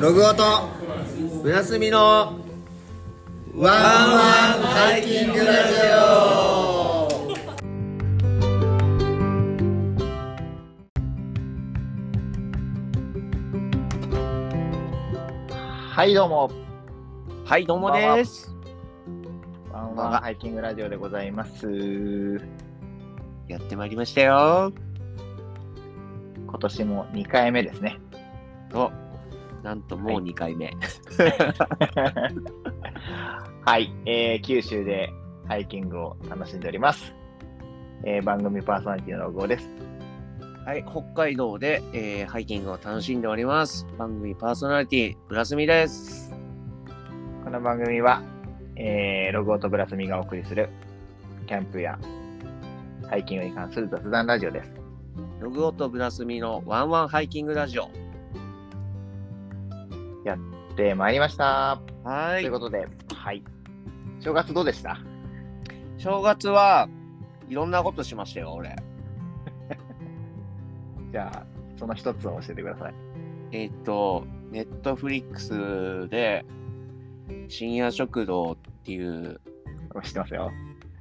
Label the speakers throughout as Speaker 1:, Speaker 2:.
Speaker 1: ログオとブラスミのワンワンハイキングラジ
Speaker 2: はい、どうも。
Speaker 3: はい、どうもです。
Speaker 2: ワン
Speaker 3: こんばん
Speaker 2: ワン
Speaker 3: は
Speaker 2: ハイキングラジオでございます。
Speaker 3: やってまいりましたよ。
Speaker 2: 今年も2回目ですね。
Speaker 3: と、なんとも
Speaker 2: は
Speaker 3: う
Speaker 2: い
Speaker 3: 2回目。
Speaker 2: はい、えー九州でハイキングを楽しんでおります。えー番組パーソナリティのロゴです。
Speaker 3: はい、北海道で、えーハイキングを楽しんでおります。番組パーソナリティ、ブラスミです。
Speaker 2: この番組は、えーロゴとブラスミがお送りするキャンプやハイキングに関する雑談ラジオです。
Speaker 3: ログオとブラスミのワンワンハイキングラジオ。
Speaker 2: で、参りました。
Speaker 3: は
Speaker 2: とい。
Speaker 3: いう
Speaker 2: ことで、はい。正月どうでした
Speaker 3: 正月はいろんなことしましたよ、俺。
Speaker 2: じゃあ、その一つを教えてください。
Speaker 3: えーっ、と、ネットフリックスで、深夜食堂っていう、
Speaker 2: 知ってますよ。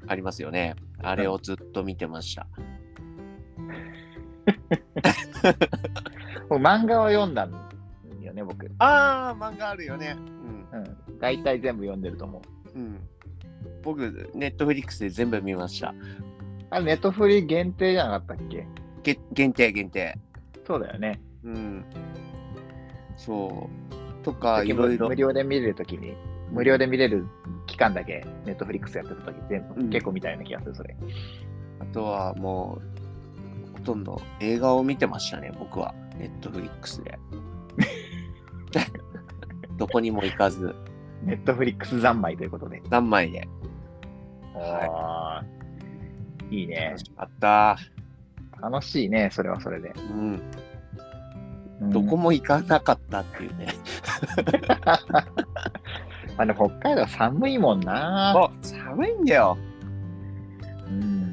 Speaker 3: ありますよね。あれをずっと見てました。
Speaker 2: 僕漫画を読んだんよね、僕。
Speaker 3: あー、漫画あるよね。うん。
Speaker 2: うん、大体全部読んでると思う。
Speaker 3: うん。僕、ネットフリックスで全部見ました。
Speaker 2: あれ、ネットフリ限定じゃなかったっけ
Speaker 3: げ限定、限定。
Speaker 2: そうだよね。
Speaker 3: うん。そう。とか、い
Speaker 2: 時
Speaker 3: ろいろ
Speaker 2: 無。料で見れるときに、無料で見れる期間だけ、ネットフリックスやってたとき、全部
Speaker 3: うん
Speaker 2: 結構見たような気がする、それ。
Speaker 3: あとはもう、ほとんど映画を見てましたね、僕は。ネットフリックス で。どこにも行かず、
Speaker 2: ネットフリックス三昧ということで。
Speaker 3: 何枚で。
Speaker 2: は。
Speaker 3: はい
Speaker 2: いいね
Speaker 3: 楽。しかった。
Speaker 2: 楽しいね、それはそれで。
Speaker 3: うん。
Speaker 2: うん
Speaker 3: どこも行かなかったっていうね。
Speaker 2: あの、北海道寒いもんな。
Speaker 3: あ、寒いんだよ。
Speaker 2: うん。
Speaker 3: うん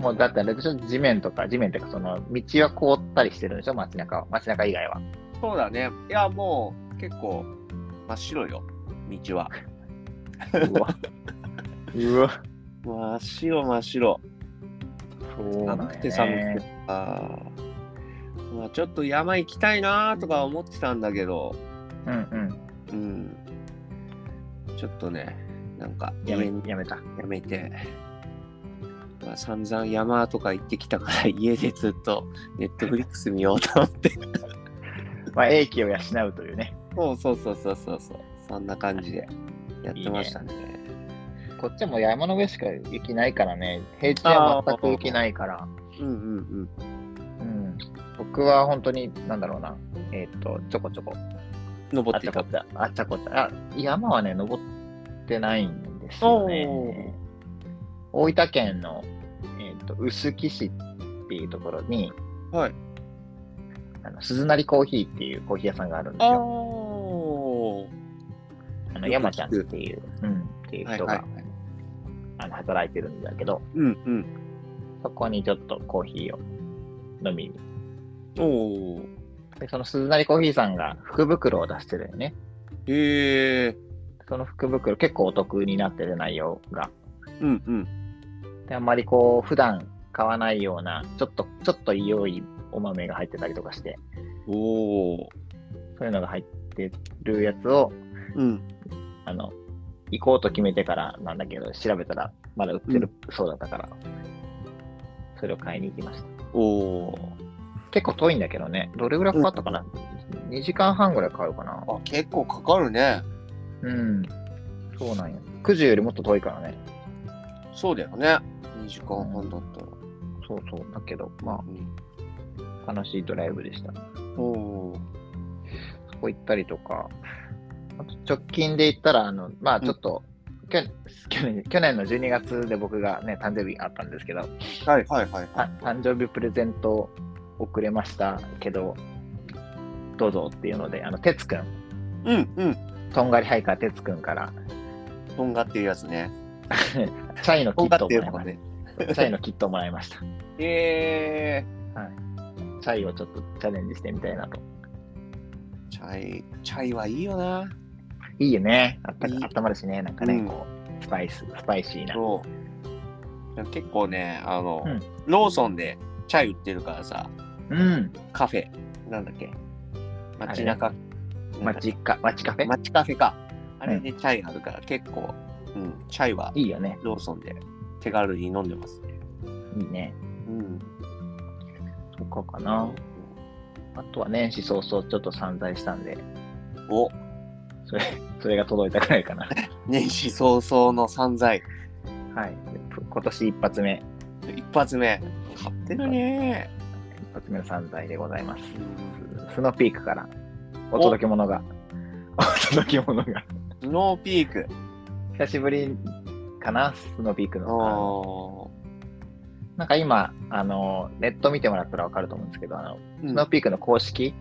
Speaker 2: もうだってあれでしょ、地面とか、地面っていうか、その、道は凍ったりしてるんでしょ、街中は。街中以外 は。
Speaker 3: そうだね。いや、もう、結構、真っ白よ、道は。
Speaker 2: うわ。うわ。
Speaker 3: 真っ白真っ白。
Speaker 2: そうなんやね
Speaker 3: 寒くて寒くて。あーまあ、ちょっと山行きたいなーとか思ってたんだけど、
Speaker 2: うんうん。
Speaker 3: うん。ちょっとね、なんか
Speaker 2: や
Speaker 3: や
Speaker 2: め
Speaker 3: めに
Speaker 2: やめた。
Speaker 3: やめて、まあ、散々山とか行ってきたから 家でずっとネットフリックス見ようと思って。
Speaker 2: まあ、英気を養うというね。
Speaker 3: そうそうそうそうそうそう。そんな感じでやってましたね。
Speaker 2: こっちも山の上しか雪ないからね、平地は全く雪ないから、
Speaker 3: うんうん
Speaker 2: うん、僕は本当に、なんだろうな、えーっ、と、ちょこちょこ、
Speaker 3: うん。登
Speaker 2: あ
Speaker 3: っ
Speaker 2: ってちゃ
Speaker 3: た
Speaker 2: こ。っちゃ、あっちゃこっちゃ、あ山はね、登ってないんですよね。大分県の、えーっと臼杵市っていうところに、
Speaker 3: はい。
Speaker 2: あの鈴なりコーヒーっていうコーヒー屋さんがあるんです
Speaker 3: あ
Speaker 2: よ。
Speaker 3: ー。
Speaker 2: あの山ちゃんっていう、うん、っていう
Speaker 3: はい
Speaker 2: 人が、
Speaker 3: はい。
Speaker 2: あの働いてるんだけど、
Speaker 3: うんうん。
Speaker 2: そこにちょっとコーヒーを飲みに。
Speaker 3: おー。
Speaker 2: で、その鈴なりコーヒーさんが福袋を出してるよね。
Speaker 3: へえ。
Speaker 2: その福袋結構お得になってる内容が。
Speaker 3: うんうん。
Speaker 2: で、あんまりこう、普段買わないような、ちょっと、ちょっと良いお豆が入ってたりとかして、
Speaker 3: おお。
Speaker 2: そういうのが入ってるやつを、
Speaker 3: うん。
Speaker 2: あの、行こうと決めてからなんだけど、調べたらまだ売ってるそうだったから、それを買いに行きました。
Speaker 3: おお。
Speaker 2: 結構遠いんだけどね、どれぐらいかかったかな、?2 時間半ぐらいかかるかな。
Speaker 3: あ、結構かかるね。
Speaker 2: うん。そうなんや。9時よりもっと遠いからね。
Speaker 3: そうだよね。2時間半だったら。
Speaker 2: そうそう。だけど、ま
Speaker 3: あ。
Speaker 2: あ、楽しいドライブでした。
Speaker 3: おお。
Speaker 2: そこ行ったりとか、あと直近で行ったら、あの、まあちょっと、去去年去年の12月で僕がね、誕生日あったんですけど、
Speaker 3: はいはいはい
Speaker 2: た誕生日プレゼント遅れましたけど、どうぞっていうので、あの、てつくん、
Speaker 3: うんうん。
Speaker 2: とんがりハイカーてつくんから、
Speaker 3: とんがっていうやつね。
Speaker 2: チャイのキ
Speaker 3: とん
Speaker 2: ッ
Speaker 3: が
Speaker 2: ト
Speaker 3: っ
Speaker 2: を
Speaker 3: て
Speaker 2: もら
Speaker 3: いう
Speaker 2: いま
Speaker 3: か
Speaker 2: し
Speaker 3: ね。
Speaker 2: た。チャイのキットをもらいました。
Speaker 3: へえ。
Speaker 2: チャイをちょっとチャレンジしてみたいなと
Speaker 3: チャイ、チャイはいいよな。
Speaker 2: いいよね。あったか
Speaker 3: いい
Speaker 2: 温まるしね。なんかね、
Speaker 3: うん
Speaker 2: こう、スパイス、スパイシーな。
Speaker 3: そう。結構ね、あの、
Speaker 2: うん
Speaker 3: ローソンでチャイ売ってるからさ、
Speaker 2: うん。
Speaker 3: カフェ、なんだっけ街中。
Speaker 2: マチカ、マチカフェ
Speaker 3: マチカフェか。あれでチャイあるから、結構、うん、チャイはい
Speaker 2: いよね。
Speaker 3: ローソンで手軽に飲んでますね。
Speaker 2: いいね。
Speaker 3: うん。
Speaker 2: そこかな。あとは年始早々ちょっと散財したんで、
Speaker 3: お、
Speaker 2: それ、 それが届いたくらいか な。
Speaker 3: 年始早々の散財。
Speaker 2: はい。今年一発目、
Speaker 3: 一発目。買ってるね。
Speaker 2: 一発目の散財でございます。
Speaker 3: うん
Speaker 2: スノーピークからお届け物が、お届け物が。
Speaker 3: スノーピーク。
Speaker 2: 久しぶりかな、スノーピーク
Speaker 3: あ
Speaker 2: の。
Speaker 3: ー
Speaker 2: なんか今、あの、ネット見てもらったらわかると思うんですけど、あの、
Speaker 3: う
Speaker 2: ス
Speaker 3: ん
Speaker 2: ノーピークの公式、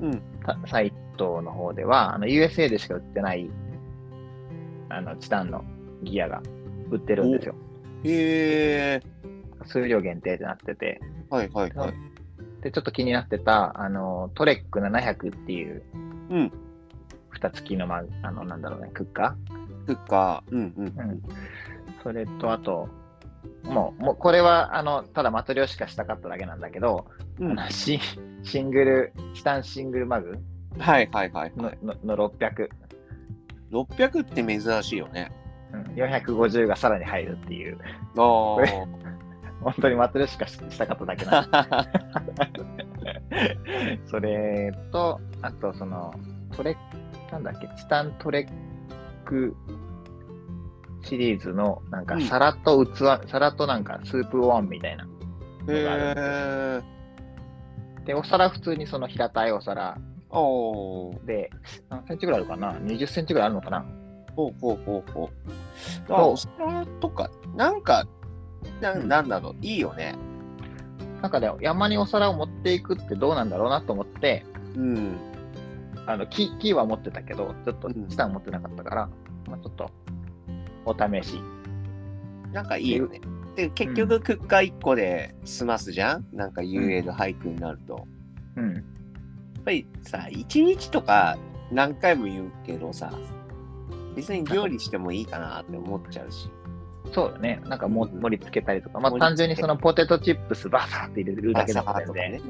Speaker 3: うん
Speaker 2: たサイトの方では、あの、USA でしか売ってない、あの、チタンのギアが売ってるんですよ。
Speaker 3: へえ。
Speaker 2: 数量限定ってなってて。
Speaker 3: はいはいはい。
Speaker 2: で、ちょっと気になってた、あの、トレック700っていう、
Speaker 3: うん。
Speaker 2: 蓋付きの、ま、あの、なんだろうね、クッカ
Speaker 3: そっか。うんうん。
Speaker 2: ーうん。それと、あと、もう、もう、これは、あの、ただ、マトリョーシカしたかっただけなんだけど、
Speaker 3: うん、
Speaker 2: あ
Speaker 3: は
Speaker 2: の
Speaker 3: い
Speaker 2: シシングル、チタンシングルマグ
Speaker 3: はいはいはい。
Speaker 2: ののの600、
Speaker 3: 600って珍しいよね。
Speaker 2: うん、450がさらに入るっていう、
Speaker 3: あ あ。
Speaker 2: 本当にマトリョーシカししたかっただけなんで それと、あと、その、トレなんだっけ、チタントレックシリーズの、なん
Speaker 3: う
Speaker 2: か、
Speaker 3: ん
Speaker 2: 皿と器、皿となんか、スープワンみたいな。
Speaker 3: へえ。
Speaker 2: で、お皿、普通にその平たいお皿
Speaker 3: おお。
Speaker 2: で、何センチぐらいあるかな ?20 センチぐらいあるのかな
Speaker 3: ほうほうほうほう。あ、
Speaker 2: そう
Speaker 3: お皿とか、なんか、な
Speaker 2: うん
Speaker 3: なんだろう、いいよね。
Speaker 2: なんかね、山にお皿を持っていくってどうなんだろうなと思って、
Speaker 3: うん。
Speaker 2: あの、木、木は持ってたけど、ちょっと
Speaker 3: うん
Speaker 2: チタン持ってなかったから、まあちょっと、お試し。
Speaker 3: なんかいいよね。で、結局、クッカー1個で済ますじゃんなんか UL 俳句になると。や
Speaker 2: うん。
Speaker 3: っぱりさ、1日とか何回も言うけどさ、別に料理してもいいかなって思っちゃうし。
Speaker 2: そうだね。なんかも
Speaker 3: うん
Speaker 2: 盛り付けたりとか、まあ
Speaker 3: 盛り付け
Speaker 2: 単純にそのポテトチップスバサって入れるだけだった
Speaker 3: 朝
Speaker 2: ん
Speaker 3: とかね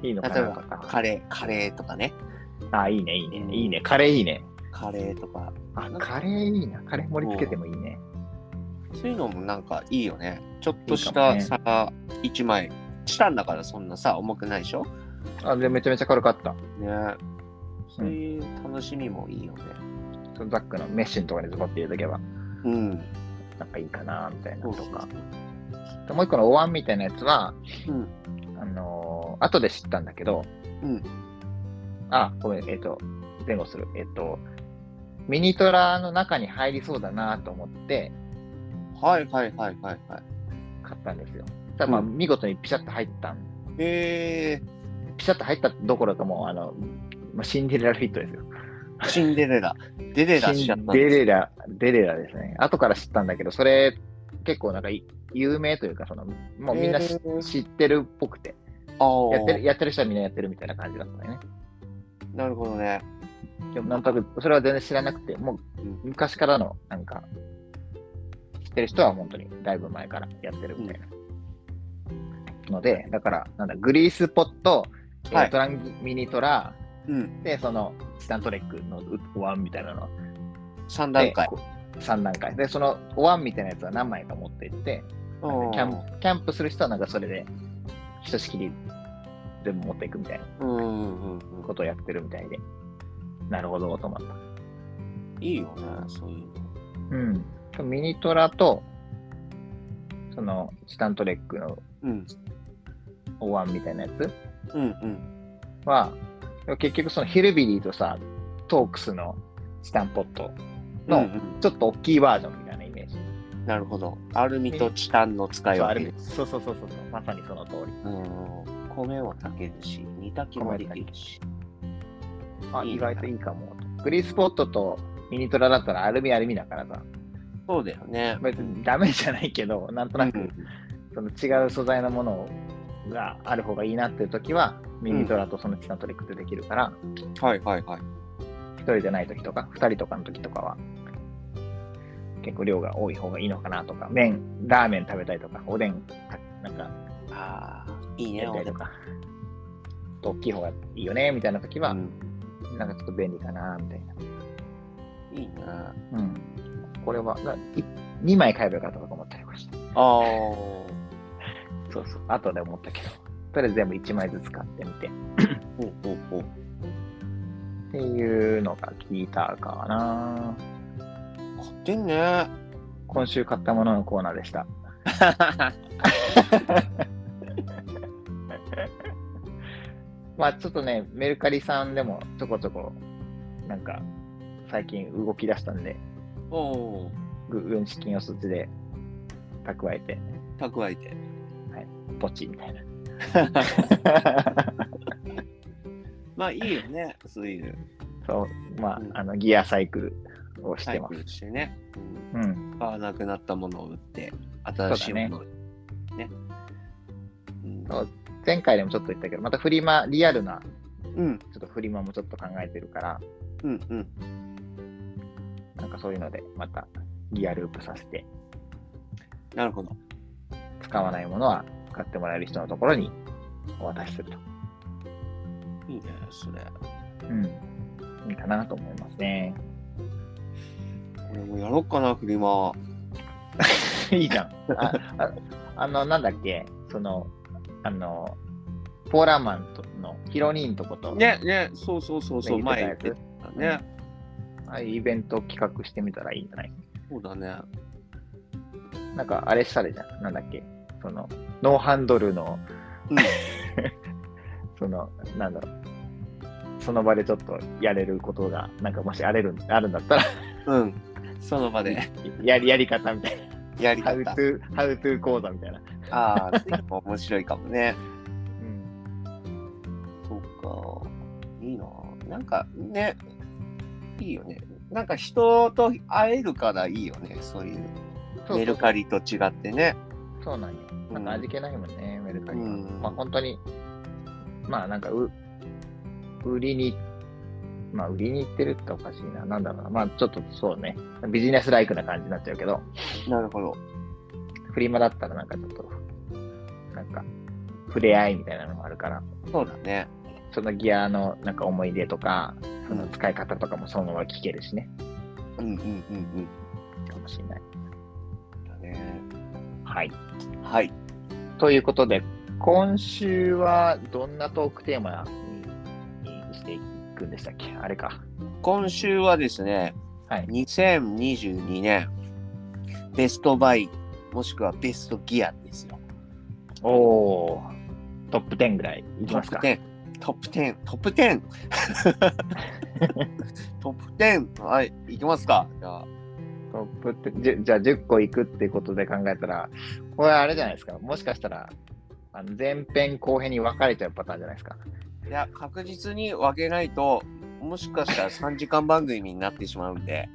Speaker 2: で、。いいのか
Speaker 3: 例え
Speaker 2: なと
Speaker 3: ば、
Speaker 2: か。
Speaker 3: カレー、カレーとかね。
Speaker 2: あ、いいね、いいね
Speaker 3: う。ん
Speaker 2: いいね。カレーいいね。
Speaker 3: カレーとか。
Speaker 2: あ、カレーいいな。カレー盛り付けてもいいね。
Speaker 3: そういうのもなんかいいよね。ちょっとし
Speaker 2: いい
Speaker 3: た
Speaker 2: か
Speaker 3: さ、1枚。チタンだからそんなさ、重くないでしょ
Speaker 2: あ、で、めちゃめちゃ軽かった。
Speaker 3: ねそういう楽しみもいいよね。
Speaker 2: そのザックのメッシュのところにズボッて入れとけば、
Speaker 3: うん。
Speaker 2: なんかいいかな、みたいな
Speaker 3: そ
Speaker 2: と
Speaker 3: うそう
Speaker 2: か。でもう一個のお椀みたいなやつは、
Speaker 3: うん
Speaker 2: あのー後で知ったんだけど、
Speaker 3: うん
Speaker 2: あ、ごめん、えっ、と、前後する。えっ、と、ミニトラの中に入りそうだなと思って
Speaker 3: はいはいはいはいはい。
Speaker 2: 買ったんですよ。ただまあ、
Speaker 3: うん
Speaker 2: 見事にピシャッと入ったん。
Speaker 3: え
Speaker 2: ピシャッと入ったどころかもう、あの、まあ、シンデレラフィットですよ。
Speaker 3: ー、シンデレラ。 デレラしちゃ
Speaker 2: シ
Speaker 3: ったん
Speaker 2: ン
Speaker 3: だ
Speaker 2: デレラ、デレラですね。後から知ったんだけど、それ結構なんかい有名というか、その、もうみんなし、
Speaker 3: えー
Speaker 2: 知ってるっぽくて。
Speaker 3: あー
Speaker 2: やってる、やってる人はみんなやってるみたいな感じだったよね。
Speaker 3: なるほどね。
Speaker 2: でもなんとなく、それは全然知らなくて、も
Speaker 3: うん
Speaker 2: う昔からの、なんか、知ってる人は本当にだいぶ前からやってるみたいな。ので、だから、なんだ、グリースポット、えー
Speaker 3: はい
Speaker 2: トランギミニトラ、
Speaker 3: うん。
Speaker 2: で、その、チタントレックのうお椀みたいなの。
Speaker 3: 3
Speaker 2: で
Speaker 3: 段階。
Speaker 2: こう三段階。で、そのお椀みたいなやつは何枚か持って行って、キ
Speaker 3: キ
Speaker 2: ャンプキャンプする人はなんかそれで、ひとしきり全部持っていくみたいな。
Speaker 3: うんうんうんう
Speaker 2: ことをやってるみたいで、なるほどと思った。
Speaker 3: ん。いいよね、そういうの。
Speaker 2: うん。ミニトラと、その、チタントレックの
Speaker 3: うん。
Speaker 2: お椀みたいなやつ
Speaker 3: うんうん。
Speaker 2: は、結局そのヒルビリーとさ、トークスのチタンポット
Speaker 3: うんう
Speaker 2: の、
Speaker 3: ん
Speaker 2: ちょっと大きいバージョンみたいなイメージ。
Speaker 3: なるほど。アルミとチタンの使い
Speaker 2: そうあ
Speaker 3: 分
Speaker 2: れ
Speaker 3: け。
Speaker 2: そうそうそうそうそう、まさにその通り。
Speaker 3: うん。米を炊けるし、煮炊きもできるし。
Speaker 2: あ、
Speaker 3: いいね
Speaker 2: 意外といいかも。グリースポットとミニトラだったらアルミアルミだからさ、
Speaker 3: そうだよね。
Speaker 2: 別にダメじゃないけど、なんとなく
Speaker 3: うん
Speaker 2: その違う素材のものがある方がいいなっていう時は、ミニトラとその地のトリックでできるから、
Speaker 3: はいはいはい。
Speaker 2: 一人じゃない時とか、二人とかの時とかは、結構量が多い方がいいのかなとか、麺、ラーメン食べたいとか、おでん、なんか、
Speaker 3: ああ、いいね、
Speaker 2: やりた
Speaker 3: お
Speaker 2: い
Speaker 3: で
Speaker 2: と
Speaker 3: ん。
Speaker 2: か、大きい方がいいよね、みたいな時は、
Speaker 3: うん
Speaker 2: なんかちょっと便利かな、みたいな。
Speaker 3: いいな。
Speaker 2: うん。これは、が2枚買えばよかったとか思ったりとかして。
Speaker 3: ああ。
Speaker 2: そうそう。後で思ったけど、とりあえず全部1枚ずつ買ってみて。
Speaker 3: ほうほうほう。
Speaker 2: っていうのが聞いたかな。
Speaker 3: 買ってんね。
Speaker 2: 今週買ったもののコーナーでした。まあちょっとね、メルカリさんでもちょこちょこ、なんか、最近動き出したんで、
Speaker 3: お お。
Speaker 2: ぐ軍資金をそっちで蓄えて、
Speaker 3: 蓄え て。
Speaker 2: ポチみたいな。
Speaker 3: まあいいよね、そういう。
Speaker 2: そう、まあ、
Speaker 3: うん
Speaker 2: あの、ギアサイクルをしてます。
Speaker 3: ルしてね。うん
Speaker 2: うん。
Speaker 3: 買わなくなったものを売って、新しいものを。ね。うん
Speaker 2: そう前回でもちょっと言ったけど、またフリマ、リアルな、
Speaker 3: うん
Speaker 2: ちょっとフリマもちょっと考えてるから、
Speaker 3: うんうん。
Speaker 2: なんかそういうので、またギアループさせて、
Speaker 3: なるほど。
Speaker 2: 使わないものは使ってもらえる人のところにお渡しすると。
Speaker 3: いいね、それ。
Speaker 2: うん。いいかなと思いますね。
Speaker 3: 俺もやろっかな、フリマ。
Speaker 2: いいじゃん。あ、ああの、なんだっけ、その、あの、ポーラーマンとのヒロニーンとこと、
Speaker 3: ね、ね、そうそうそうそう、
Speaker 2: ね
Speaker 3: 前
Speaker 2: 言
Speaker 3: 言
Speaker 2: っ
Speaker 3: ってて
Speaker 2: た
Speaker 3: たね。
Speaker 2: ああいうイベントを企画してみたらいいんじゃない
Speaker 3: そうだね。
Speaker 2: なんか、あれしたらいいじゃん。なんだっけ、その、ノーハンドルの、
Speaker 3: うん
Speaker 2: その、なんだろう。その場でちょっとやれることが、なんかもしあれるあるんだったら、
Speaker 3: うん。その場で
Speaker 2: やりやり方みたい
Speaker 3: やり
Speaker 2: な、ハウト
Speaker 3: 方。
Speaker 2: ゥー、ハウトゥー講座みたいな。
Speaker 3: ああ、でも面白いかもね。
Speaker 2: うん。
Speaker 3: そうか。いいな。なんかね、いいよね。なんか人と会えるからいいよね、そういう。メルカリと違ってね。
Speaker 2: そうなんよ。なんか味気ないもんね、メルカリは。
Speaker 3: うん
Speaker 2: まあ本当に、まあなんかう、売りに、まあ売りに行ってるっておかしいな。なんだろうな。まあちょっとそうね、ビジネスライクな感じになっちゃうけど、
Speaker 3: なるほど。
Speaker 2: フリマだったらなんかちょっと、なんか、触れ合いみたいなのもあるから、
Speaker 3: そうだね。
Speaker 2: そのギアのなんか思い出とか、その
Speaker 3: うん
Speaker 2: 使い方とかもそのまま聞けるしね。
Speaker 3: うんうんうん
Speaker 2: かもしれない。
Speaker 3: うん。だね。
Speaker 2: はい。
Speaker 3: はい。
Speaker 2: ということで、今週はどんなトークテーマににしていくんでしたっけあれか。
Speaker 3: 今週はですね、
Speaker 2: はい。
Speaker 3: 2022年、ベストバイ、もしくはベストギアですよ。
Speaker 2: おおトップ10ぐらいいき
Speaker 3: ト
Speaker 2: ます
Speaker 3: ッ
Speaker 2: か
Speaker 3: プ。10、トップ10、トップ10。トップ10、はい、いきますか。じゃあ、
Speaker 2: トップ10じゅじゃあ10個いくってことで考えたら、これあれじゃないですか。もしかしたら、あの前編後編に分かれちゃうパターンじゃないですか。
Speaker 3: いや、確実に分けないと、もしかしたら3時間番組になってしまうんで。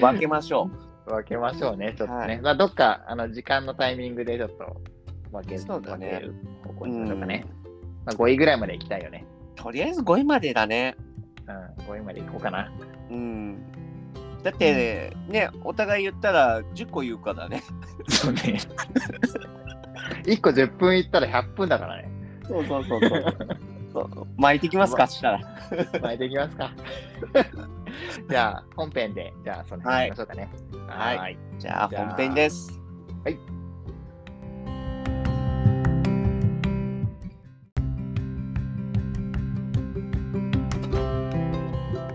Speaker 3: 分けましょ
Speaker 2: 分けましょうね、ちょっとね。
Speaker 3: はい
Speaker 2: まあ、どっかあの時間のタイミングでちょっと分け,、
Speaker 3: そうだね
Speaker 2: 分ける方
Speaker 3: う。
Speaker 2: 向
Speaker 3: う
Speaker 2: にするとか
Speaker 3: ん
Speaker 2: ね。、まあ、5位ぐらいまで行きたいよね。
Speaker 3: とりあえず5位までだね。
Speaker 2: うん、5位まで行こうかな。
Speaker 3: うん。だってね、お互い言ったら10個言うからね。
Speaker 2: そうね。1個10分いったら100分だからね。
Speaker 3: そうそうそうそう。そう巻いてきますか、そしたら。
Speaker 2: 巻いていきますか。 じゃあ、本編で、じゃあ、その辺にしましょうかね。
Speaker 3: はい
Speaker 2: い。
Speaker 3: じゃあ
Speaker 2: じゃあ
Speaker 3: 本編です。
Speaker 2: はい。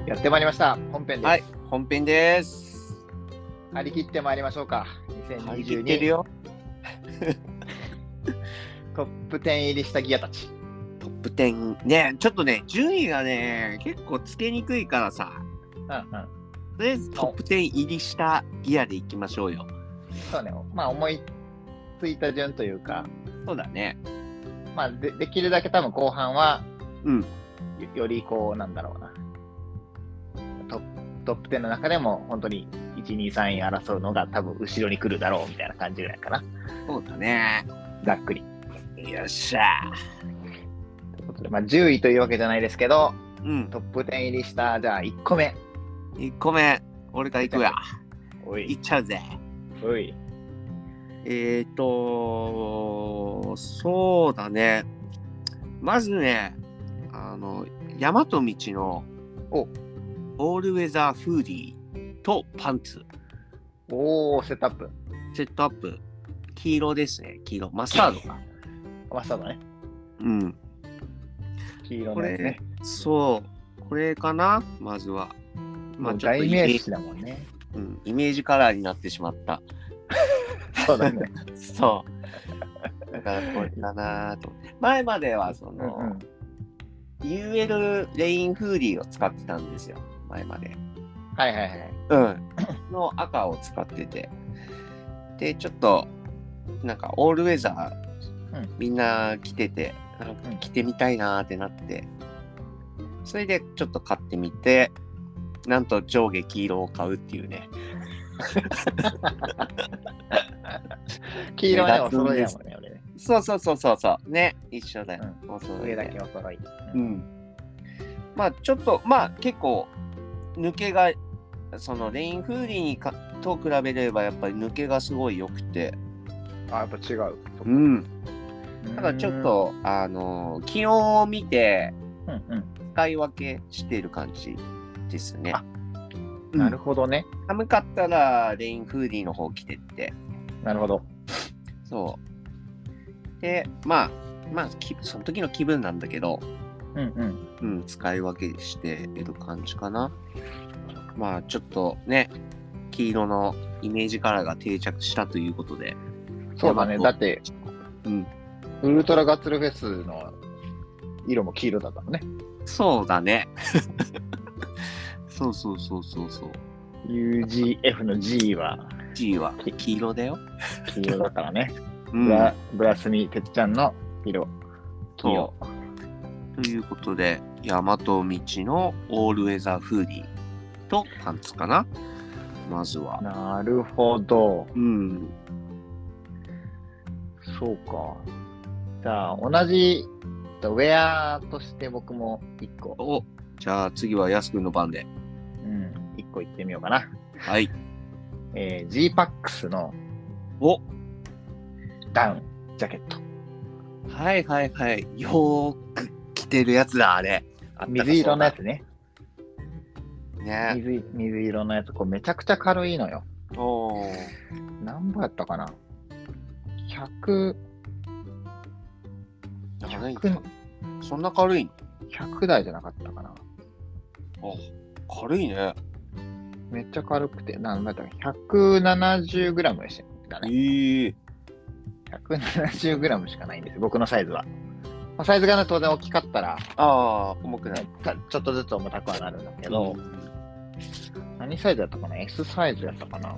Speaker 2: やってまいりました。本編です。
Speaker 3: はい、本編です。
Speaker 2: 張り切ってまいりましょうか。
Speaker 3: 張り切ってる
Speaker 2: 2022
Speaker 3: よ。
Speaker 2: トップ10入りしたギアたち。
Speaker 3: トップ10。ね、ちょっとね、順位がね、結構つけにくいからさ、
Speaker 2: うんうん。
Speaker 3: とりあえずトップ10入りしたギアでいきましょうよ。
Speaker 2: そうね。まあ、思いついた順というか、
Speaker 3: そうだね。
Speaker 2: まあ、でできるだけ多分後半は、
Speaker 3: うん
Speaker 2: よよりこうなんだろうなトップトップ10の中でも本当に123位争うのが多分後ろに来るだろうみたいな感じぐらいかな
Speaker 3: そうだね。
Speaker 2: ざっくり
Speaker 3: よっしゃ
Speaker 2: ということで、まあ、10位というわけじゃないですけど、
Speaker 3: うん。
Speaker 2: トップ10入りした、じゃあ1個目。
Speaker 3: 1個目、俺から行くや。
Speaker 2: お
Speaker 3: 行、っちゃうぜ。
Speaker 2: おい。
Speaker 3: えっ、ー、と、そうだね。まずね、あの、大和道の
Speaker 2: お
Speaker 3: オールウェザーフーディーとパンツ、
Speaker 2: おー、セットアップ。
Speaker 3: セットアップ、黄色ですね、黄色、マスタードか。
Speaker 2: マスタードね。
Speaker 3: うん、
Speaker 2: 黄色
Speaker 3: こ
Speaker 2: のや
Speaker 3: れ、
Speaker 2: つね。
Speaker 3: そう、これかな、まずは。ま
Speaker 2: も
Speaker 3: あ、
Speaker 2: う
Speaker 3: ちょっと
Speaker 2: 代
Speaker 3: イ
Speaker 2: 名
Speaker 3: メージ、
Speaker 2: 詞だもんね。
Speaker 3: うん、イメージカラーになってしまった。
Speaker 2: そうだね。
Speaker 3: そう。だからこれだなぁと思って。前までは、その、UL レインフーディーを使ってたんですよ、前まで。
Speaker 2: はいはいはい。
Speaker 3: うん。の赤を使ってて。で、ちょっと、なんかオールウェザー、
Speaker 2: うん
Speaker 3: みんな着てて、なん
Speaker 2: う
Speaker 3: か
Speaker 2: ん
Speaker 3: 着てみたいなーってなって、それでちょっと買ってみて、なんと上下黄色を買うっていうね。
Speaker 2: 黄色はね、
Speaker 3: 目
Speaker 2: お
Speaker 3: 立つん
Speaker 2: 揃い
Speaker 3: で
Speaker 2: だ
Speaker 3: す
Speaker 2: もんね、俺ね。
Speaker 3: そうそうそうそうそう。ね、一緒だよ。お揃い
Speaker 2: 上だけお揃い。
Speaker 3: う
Speaker 2: うん
Speaker 3: ん、まあちょっとまあ結構抜けがそのレインフーリーにかと比べればやっぱり抜けがすごい良くて、
Speaker 2: あ、やっぱ違う。
Speaker 3: ん、だからちょっとあの気温を見て
Speaker 2: うん。うん
Speaker 3: 使い分けしている感じですね
Speaker 2: あ。なる
Speaker 3: ほ
Speaker 2: ほどね。
Speaker 3: ど寒かったらレインフーディーの方着てって
Speaker 2: なるほど。
Speaker 3: そうでまあまあきその時の気分なんだけど、
Speaker 2: うんうん。
Speaker 3: うん、使い分けしている感じかな。まあ、ちょっとね、黄色のイメージカラーが定着したということで。
Speaker 2: そうだね。だって、
Speaker 3: うん。
Speaker 2: ウルトラガッツルフェスの色も黄色だったもんね。
Speaker 3: そうだね。そうそうそうそうそう。
Speaker 2: UGF の G は
Speaker 3: G は黄色だよ。
Speaker 2: 黄色だから ね。
Speaker 3: う
Speaker 2: ブ
Speaker 3: ん
Speaker 2: ラ。ブラスミ、てっちゃんの色。黄色
Speaker 3: そ。ということで、大和道のオールウェザーフーディーとパンツかな。まずは。
Speaker 2: なるほど。
Speaker 3: うん。
Speaker 2: そうか。じゃあ、同じウェアとして僕も1個、
Speaker 3: お、じゃあ次はやすくんの番で。
Speaker 2: うん、1個いってみようかな。
Speaker 3: はい。
Speaker 2: えー、G-PAX の
Speaker 3: お、
Speaker 2: ダウン、ジャケット。
Speaker 3: はいはいはい。よーく着てるやつだ、あれ。あったかそうだ
Speaker 2: 水色のやつね。
Speaker 3: ね。
Speaker 2: 水水色のやつ、こうめちゃくちゃ軽いのよ。
Speaker 3: おー
Speaker 2: 何ぼやったかな ?100、
Speaker 3: なんか
Speaker 2: 100
Speaker 3: そんな軽い
Speaker 2: 100台じゃなかったかな
Speaker 3: のあ、軽いね。
Speaker 2: めっちゃ軽くて、何倍だったか 170g でしたね。
Speaker 3: ええ
Speaker 2: 170g しかないんですよ、僕のサイズは。まあサイズがね、当然大きかったら、
Speaker 3: ああ、重くない
Speaker 2: ね。たちょっとずつ重たくはなるんだけど、何サイズだったかな ?S サイズだったかな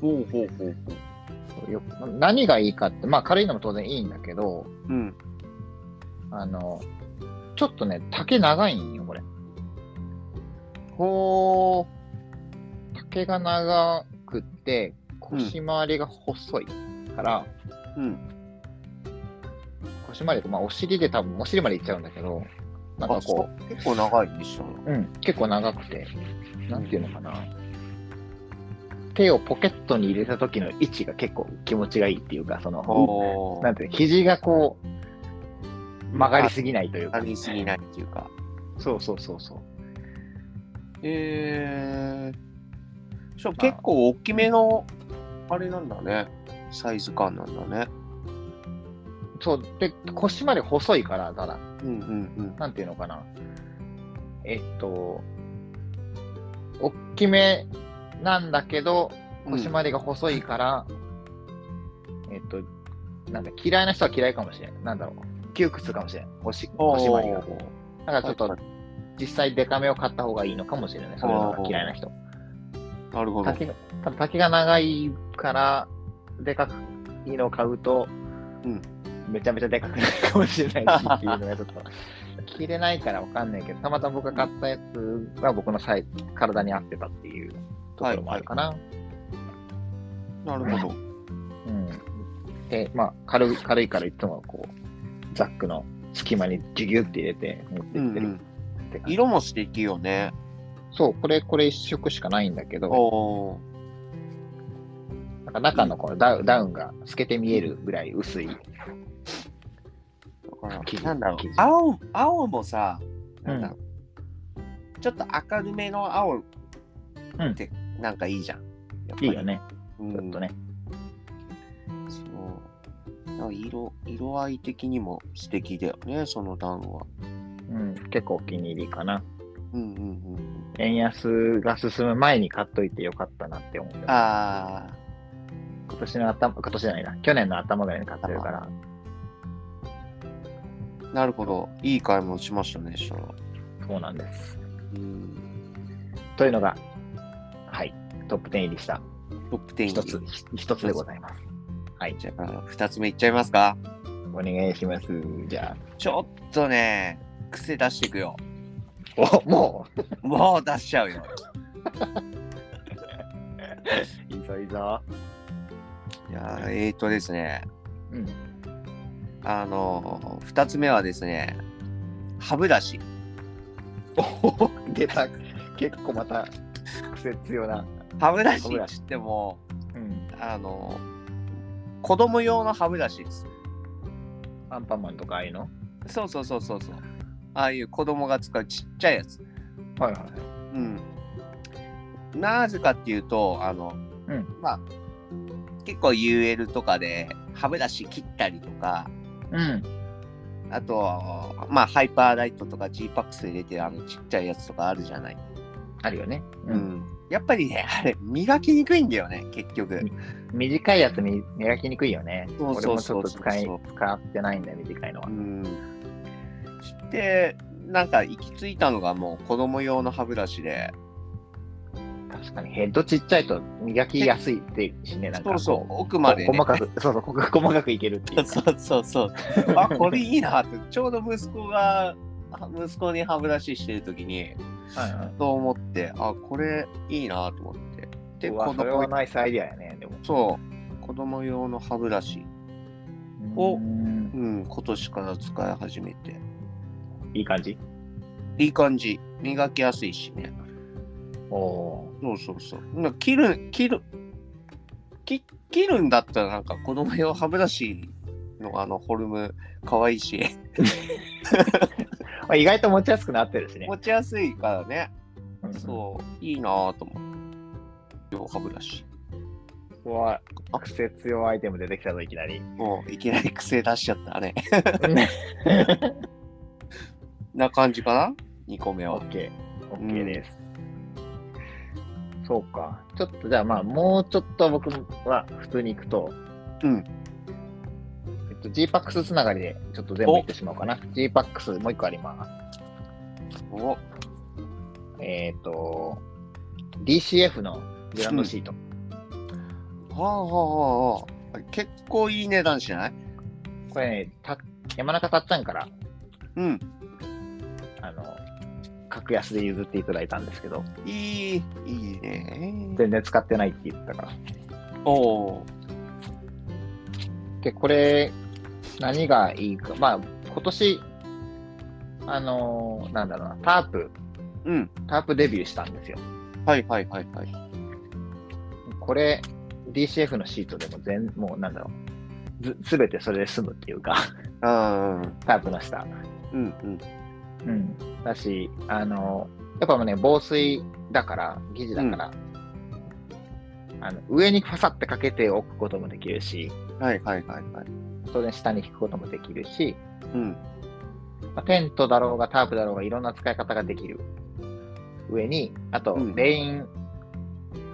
Speaker 3: ほうほうほうほう。
Speaker 2: よ何がいいかって、まあ軽いのも当然いいんだけど、
Speaker 3: うん。
Speaker 2: あの、ちょっとね、丈長いんよ、これ。
Speaker 3: ほ
Speaker 2: 丈が長くって、腰回りが細いから、
Speaker 3: ー。うん。
Speaker 2: 腰回り、まあお尻で多分、お尻までいっちゃうんだけど、なんか
Speaker 3: あ、
Speaker 2: こ
Speaker 3: こう。結構長いでしょ。
Speaker 2: う、うん、結構長くて、なんていうのかな。手をポケットに入れた時の位置が結構気持ちがいいっていうか、その、
Speaker 3: ほ
Speaker 2: なんていうの肘がこう、曲がりすぎないというか
Speaker 3: 軽。いすぎないっていうか。
Speaker 2: そうそうそうそう。
Speaker 3: ええしかも結構大きめの、あれなんだね。サイズ感なんだね。
Speaker 2: そう、で、腰まで細いから、ただ、
Speaker 3: うんうん
Speaker 2: なんていうのかな。えっと、大きめなんだけど、
Speaker 3: うん。
Speaker 2: 腰回りが細いから、えっと、なんだ、嫌いな人は嫌いかもしれん。なんだろう。窮屈かもしれん。腰腰回りが。だからちょっと、実際デカめを買った方がいいのかもしれない。そういうのが嫌いな人。
Speaker 3: なるほど。
Speaker 2: 丈がただ丈が長いから、でかくいいのを買うと、
Speaker 3: うん
Speaker 2: めちゃめちゃでかくなるかもしれないしっていうのがちょっと、着れないからわかんないけど、たまたま僕が買ったやつが僕のサイ体に合ってたっていうところもあるかな。
Speaker 3: なるほ
Speaker 2: う
Speaker 3: ど。
Speaker 2: んで、まあ、軽い、軽いからいつもこう、ザックの隙間にギュギュって入れて持って
Speaker 3: う
Speaker 2: って
Speaker 3: んう
Speaker 2: る
Speaker 3: ん
Speaker 2: って感じ。
Speaker 3: 色も素敵よね。
Speaker 2: そう、これ、これ一色しかないんだけど、
Speaker 3: お
Speaker 2: なん
Speaker 3: ー
Speaker 2: か中のこのダウンダウンが透けて見えるぐらい薄い。
Speaker 3: だから
Speaker 2: 生地
Speaker 3: なんだろう
Speaker 2: 生地
Speaker 3: 青青もさなんだろう、ちょっと明るめの青ってなんかいいじゃん。や
Speaker 2: い
Speaker 3: っぱり
Speaker 2: いよ、ね、
Speaker 3: う
Speaker 2: ちょっ
Speaker 3: ん
Speaker 2: とね。
Speaker 3: そうなんか色色合い的にも素敵だよねその段は。
Speaker 2: うん、結構お気に入りかな。
Speaker 3: うんうんうんうん、
Speaker 2: 円安が進む前に買っといてよかったなって思ってます
Speaker 3: ああ
Speaker 2: 今年の頭、今年じゃないな、去年の頭ぐらいに買ってるから、
Speaker 3: なるほどいい買い物しましたねそれは
Speaker 2: そうなんです。
Speaker 3: うん
Speaker 2: というのが、はい、トップ10入りした
Speaker 3: トップ10
Speaker 2: 一つ、一つでございます。はい、
Speaker 3: じゃあ2つ目いっちゃいますか
Speaker 2: お願いします。じゃ
Speaker 3: ちょっとね癖出していくよ
Speaker 2: あ、おも
Speaker 3: もう出しちゃうよ
Speaker 2: ういいぞいいぞ。
Speaker 3: いやーえーとですね
Speaker 2: うん。
Speaker 3: あの2つ目はですね歯ブラシ
Speaker 2: おお、出た。結構また、癖強な。
Speaker 3: 歯ブラシって言っても
Speaker 2: うん。
Speaker 3: あの子供用の歯ブラシです
Speaker 2: アンパンマンとかああいうの
Speaker 3: そうそうそうそうそうああいう子供が使うちっちゃいやつ
Speaker 2: はいはい。
Speaker 3: うんなぜかっていうとあの、
Speaker 2: うん
Speaker 3: まあ結構 UL とかで歯ブラシ切ったりとか
Speaker 2: うん。
Speaker 3: あとまあハイパーライトとか G パックス入れてるあのちっちゃいやつとかあるじゃない、
Speaker 2: あるよね。
Speaker 3: う。ん、やっぱりねあれ磨きにくいんだよね結局
Speaker 2: 短いやつみ磨きにくいよね。
Speaker 3: そうそうそうそう
Speaker 2: 俺もちょっと使い使ってないんだよ、短いのは
Speaker 3: う。んでなんか行き着いたのがもう子供用の歯ブラシで
Speaker 2: 確かにヘッドちっちゃいと磨きやすいってしね、なんか
Speaker 3: そうそう
Speaker 2: こ
Speaker 3: 奥
Speaker 2: う
Speaker 3: まで、ね、
Speaker 2: 細かく、 そうそう、ここ細かくいけるって いうか。
Speaker 3: そうそ うそう。あ、これいいなって、ちょうど息子が、あ息子に歯ブラシしてるときに、
Speaker 2: はいはい
Speaker 3: と思って、あ、これいいなと思って。で、
Speaker 2: う
Speaker 3: 子
Speaker 2: わそれ
Speaker 3: 供
Speaker 2: はナイスアイデアやね、でも。
Speaker 3: そう、子供用の歯ブラシ、お
Speaker 2: うん
Speaker 3: うん、今年から使い始めて。
Speaker 2: いい感じ。
Speaker 3: いい感じ。磨きやすいしね。
Speaker 2: おお
Speaker 3: そうそうそう。な切る、切る、き切るんだったらなんか子供用歯ブラシのあのフォルム可愛いし、
Speaker 2: ー。まあ意外と持ちやすくなってるしね。
Speaker 3: 持ちやすいからね。そう、いいなぁと思う。両歯ブラシ。
Speaker 2: うん。うわ癖強いアイテム出てきたぞ、いきなり。
Speaker 3: もういきなり癖出しちゃったね。 な感じかな ?2 個目
Speaker 2: オ
Speaker 3: は
Speaker 2: ッ。ケー、オッケーです。そうか。ちょっとじゃあまあ、もうちょっと僕は普通に行くと、
Speaker 3: うん。
Speaker 2: えっと、G-PAX つながりでちょっと全部いってしまおうかな。G-PAX もう一個ありま
Speaker 3: お
Speaker 2: す。えっ、と、DCF のグランドシート。
Speaker 3: はあはあはあ。結構いい値段しない
Speaker 2: これね、た山中たっちゃんから、
Speaker 3: うん。
Speaker 2: あの、格安で譲っていただいたんですけど、
Speaker 3: いい、いいね。
Speaker 2: 全然使ってないって言ったから。
Speaker 3: おお。
Speaker 2: で、これ、何がいいか。まあ、今年、あのーなんだろうな、タープ、
Speaker 3: うん。
Speaker 2: タープデビューしたんですよ。
Speaker 3: はいはいはいはい。
Speaker 2: これ、DCF のシートでも全、もうなんだろう、ず、すべてそれで済むっていうか、
Speaker 3: あー
Speaker 2: タープの下。
Speaker 3: うんうん。
Speaker 2: うん。だし、あの、やっぱもうね、防水だから、生地だから、あの上にファサってかけておくこともできるし、
Speaker 3: はいはいはいはい。
Speaker 2: 当然下に引くこともできるし、
Speaker 3: うん。
Speaker 2: まあテントだろうがタープだろうがいろんな使い方ができる上に、あと、
Speaker 3: うん
Speaker 2: レインウ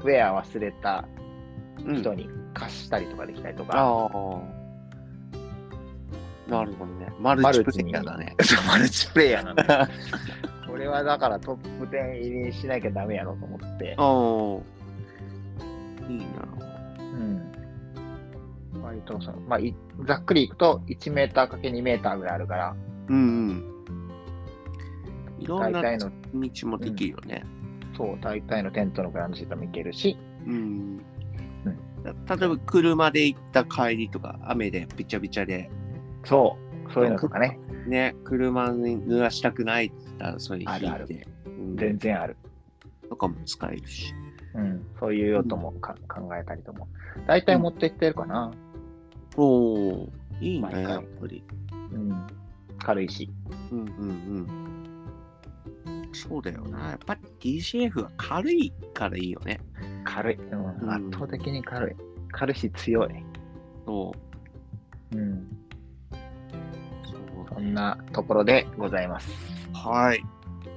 Speaker 2: ェア忘れた
Speaker 3: うん、
Speaker 2: 人に貸したりとかできたりとか、
Speaker 3: ああ。なるほどね。マルチプレイヤーだね。
Speaker 2: そう マルチプレイヤーなんだ よこれはだからトップ10入りにしなきゃダメやろと思って、
Speaker 3: おお。いいな。
Speaker 2: うん、割とその、まあ、いざっくりいくと1メーターかけ2メーターぐらいあるから、
Speaker 3: うんうん。いろ
Speaker 2: 大
Speaker 3: んな
Speaker 2: 体の、
Speaker 3: 道もできるよね。
Speaker 2: そう、大体のテントのグラウンドシートもいけるし、
Speaker 3: うん。例えば車で行った帰りとか、雨でびちゃびちゃで、
Speaker 2: そう、そういうのとかね、
Speaker 3: ね、車に濡らしたくないって言ったら、それ引いて、
Speaker 2: あるある
Speaker 3: うん
Speaker 2: 全然ある。
Speaker 3: とかも使えるし。
Speaker 2: うん、そういう音もか考えたりとも。大体持っていってるかな。
Speaker 3: おお、いい
Speaker 2: 毎
Speaker 3: ね、
Speaker 2: 回
Speaker 3: やっぱり。
Speaker 2: うん。軽いし。
Speaker 3: うんうんうん。そうだよな。やっぱり DCF は軽いからいいよね。
Speaker 2: 軽い。うん
Speaker 3: うん
Speaker 2: 圧倒的に軽い。軽いし強い。
Speaker 3: そう。
Speaker 2: うん。
Speaker 3: そう
Speaker 2: そんなところでございます。
Speaker 3: はい。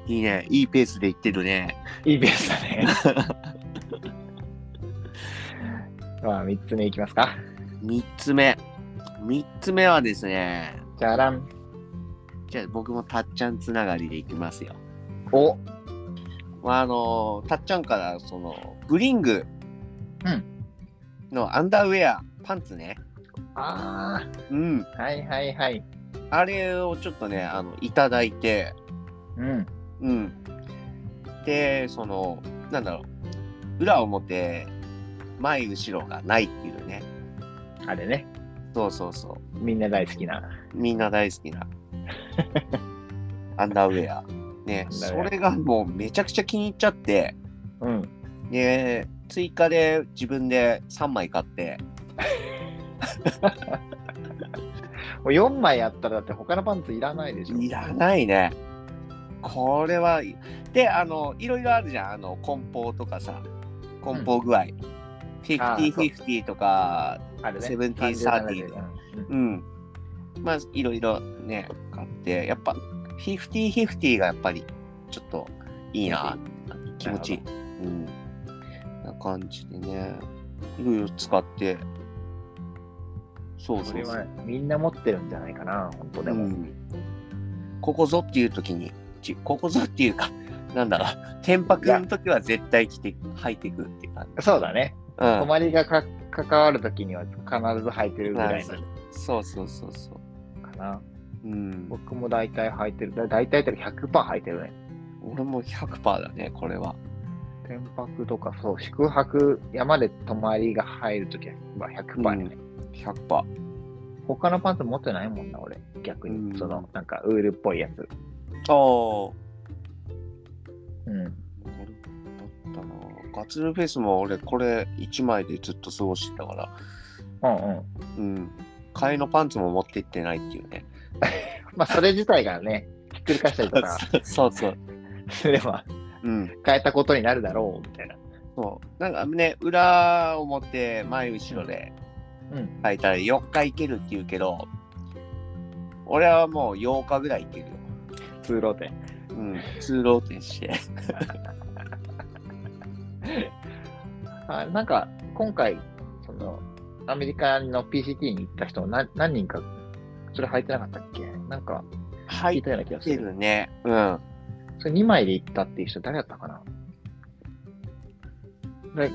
Speaker 3: いいね。いいペースでいってるね。
Speaker 2: いいベースだね。 まあ、3つ目いきますか。
Speaker 3: 3つ目。3つ目はですね、
Speaker 2: じゃらん。
Speaker 3: じゃあ僕もたっちゃんつながりでいきますよ。
Speaker 2: お
Speaker 3: まあ、あの、たっちゃんから、その、ブリング
Speaker 2: うん
Speaker 3: のアンダーウェア、パンツね。
Speaker 2: あ
Speaker 3: うん。
Speaker 2: あ、はいはいはい。
Speaker 3: あれをちょっとね、あの、いただいて、
Speaker 2: うん。
Speaker 3: うん。で、その、なんだろう、裏表、前後ろがないっていうね。
Speaker 2: あれね。
Speaker 3: そうそうそう。
Speaker 2: みんな大好きな。
Speaker 3: みんな大好きな。アンダーウェア。ね、
Speaker 2: アンダーウ
Speaker 3: そ
Speaker 2: ェア
Speaker 3: れがもうめちゃくちゃ気に入っちゃって、
Speaker 2: うん。
Speaker 3: ね、追加で自分で3枚買って、
Speaker 2: もう4枚あったらだって他のパンツいらないでしょ。
Speaker 3: いらないね。これは、で、あの、いろいろあるじゃん。あの、梱包とかさ、梱包具合。
Speaker 2: あーそう
Speaker 3: 50-50とか、
Speaker 2: あれね。
Speaker 3: 17 30
Speaker 2: うんうん
Speaker 3: うん。まあ、いろいろね、買って、やっぱ、50-50がやっぱり、ちょっといいな、気持ちいい。うん。な感じでね、いろいろ使って、そう
Speaker 2: そ
Speaker 3: そ
Speaker 2: れ
Speaker 3: うそ
Speaker 2: は
Speaker 3: う。
Speaker 2: みんな持ってるんじゃないかな、本当で
Speaker 3: う
Speaker 2: も。
Speaker 3: ん、ここぞっていう時に、ちここぞっていうか、 なんだろう、天白の時は絶対着て、履いてくって感じ。
Speaker 2: そうだね。
Speaker 3: う
Speaker 2: 泊
Speaker 3: ん。
Speaker 2: まりがか関わるときには必ず履いてるぐらいなの
Speaker 3: そうそうそうそう。
Speaker 2: かな。
Speaker 3: うん。
Speaker 2: 僕も大体履いてる。だ大体っていうか100%履いてるね。
Speaker 3: 俺も100%だね、これは。
Speaker 2: 天白とか、そう、宿泊、山で泊まりが入るときは100%やね、
Speaker 3: 100%。
Speaker 2: 他のパンツ持ってないもんな、俺。逆に。
Speaker 3: うん
Speaker 2: その、なんか、ウールっぽいやつ。
Speaker 3: ああ。
Speaker 2: うん。
Speaker 3: これだったなガッツルフェスも俺これ1枚でずっと過ごしてたから
Speaker 2: うんうん。
Speaker 3: うん替えのパンツも持ってってないっていうね
Speaker 2: まあ、それ自体がね、ひっくり返したりとか
Speaker 3: そうそう
Speaker 2: すれば、
Speaker 3: うん
Speaker 2: 変えたことになるだろう、みたいな。
Speaker 3: そうなんかね裏表前後ろで
Speaker 2: うん。
Speaker 3: 替えたら4日いけるっていうけど俺はもう8日ぐらいいけるよ
Speaker 2: 通路で。
Speaker 3: うん通路転して
Speaker 2: あなんか、今回、その、アメリカの PCT に行った人、な何人か、それ履いてなかったっけなんか、
Speaker 3: は
Speaker 2: 聞い
Speaker 3: い
Speaker 2: たような気がす
Speaker 3: て
Speaker 2: る。
Speaker 3: るねうん
Speaker 2: それ2枚で行ったっていう人、誰だったかなだ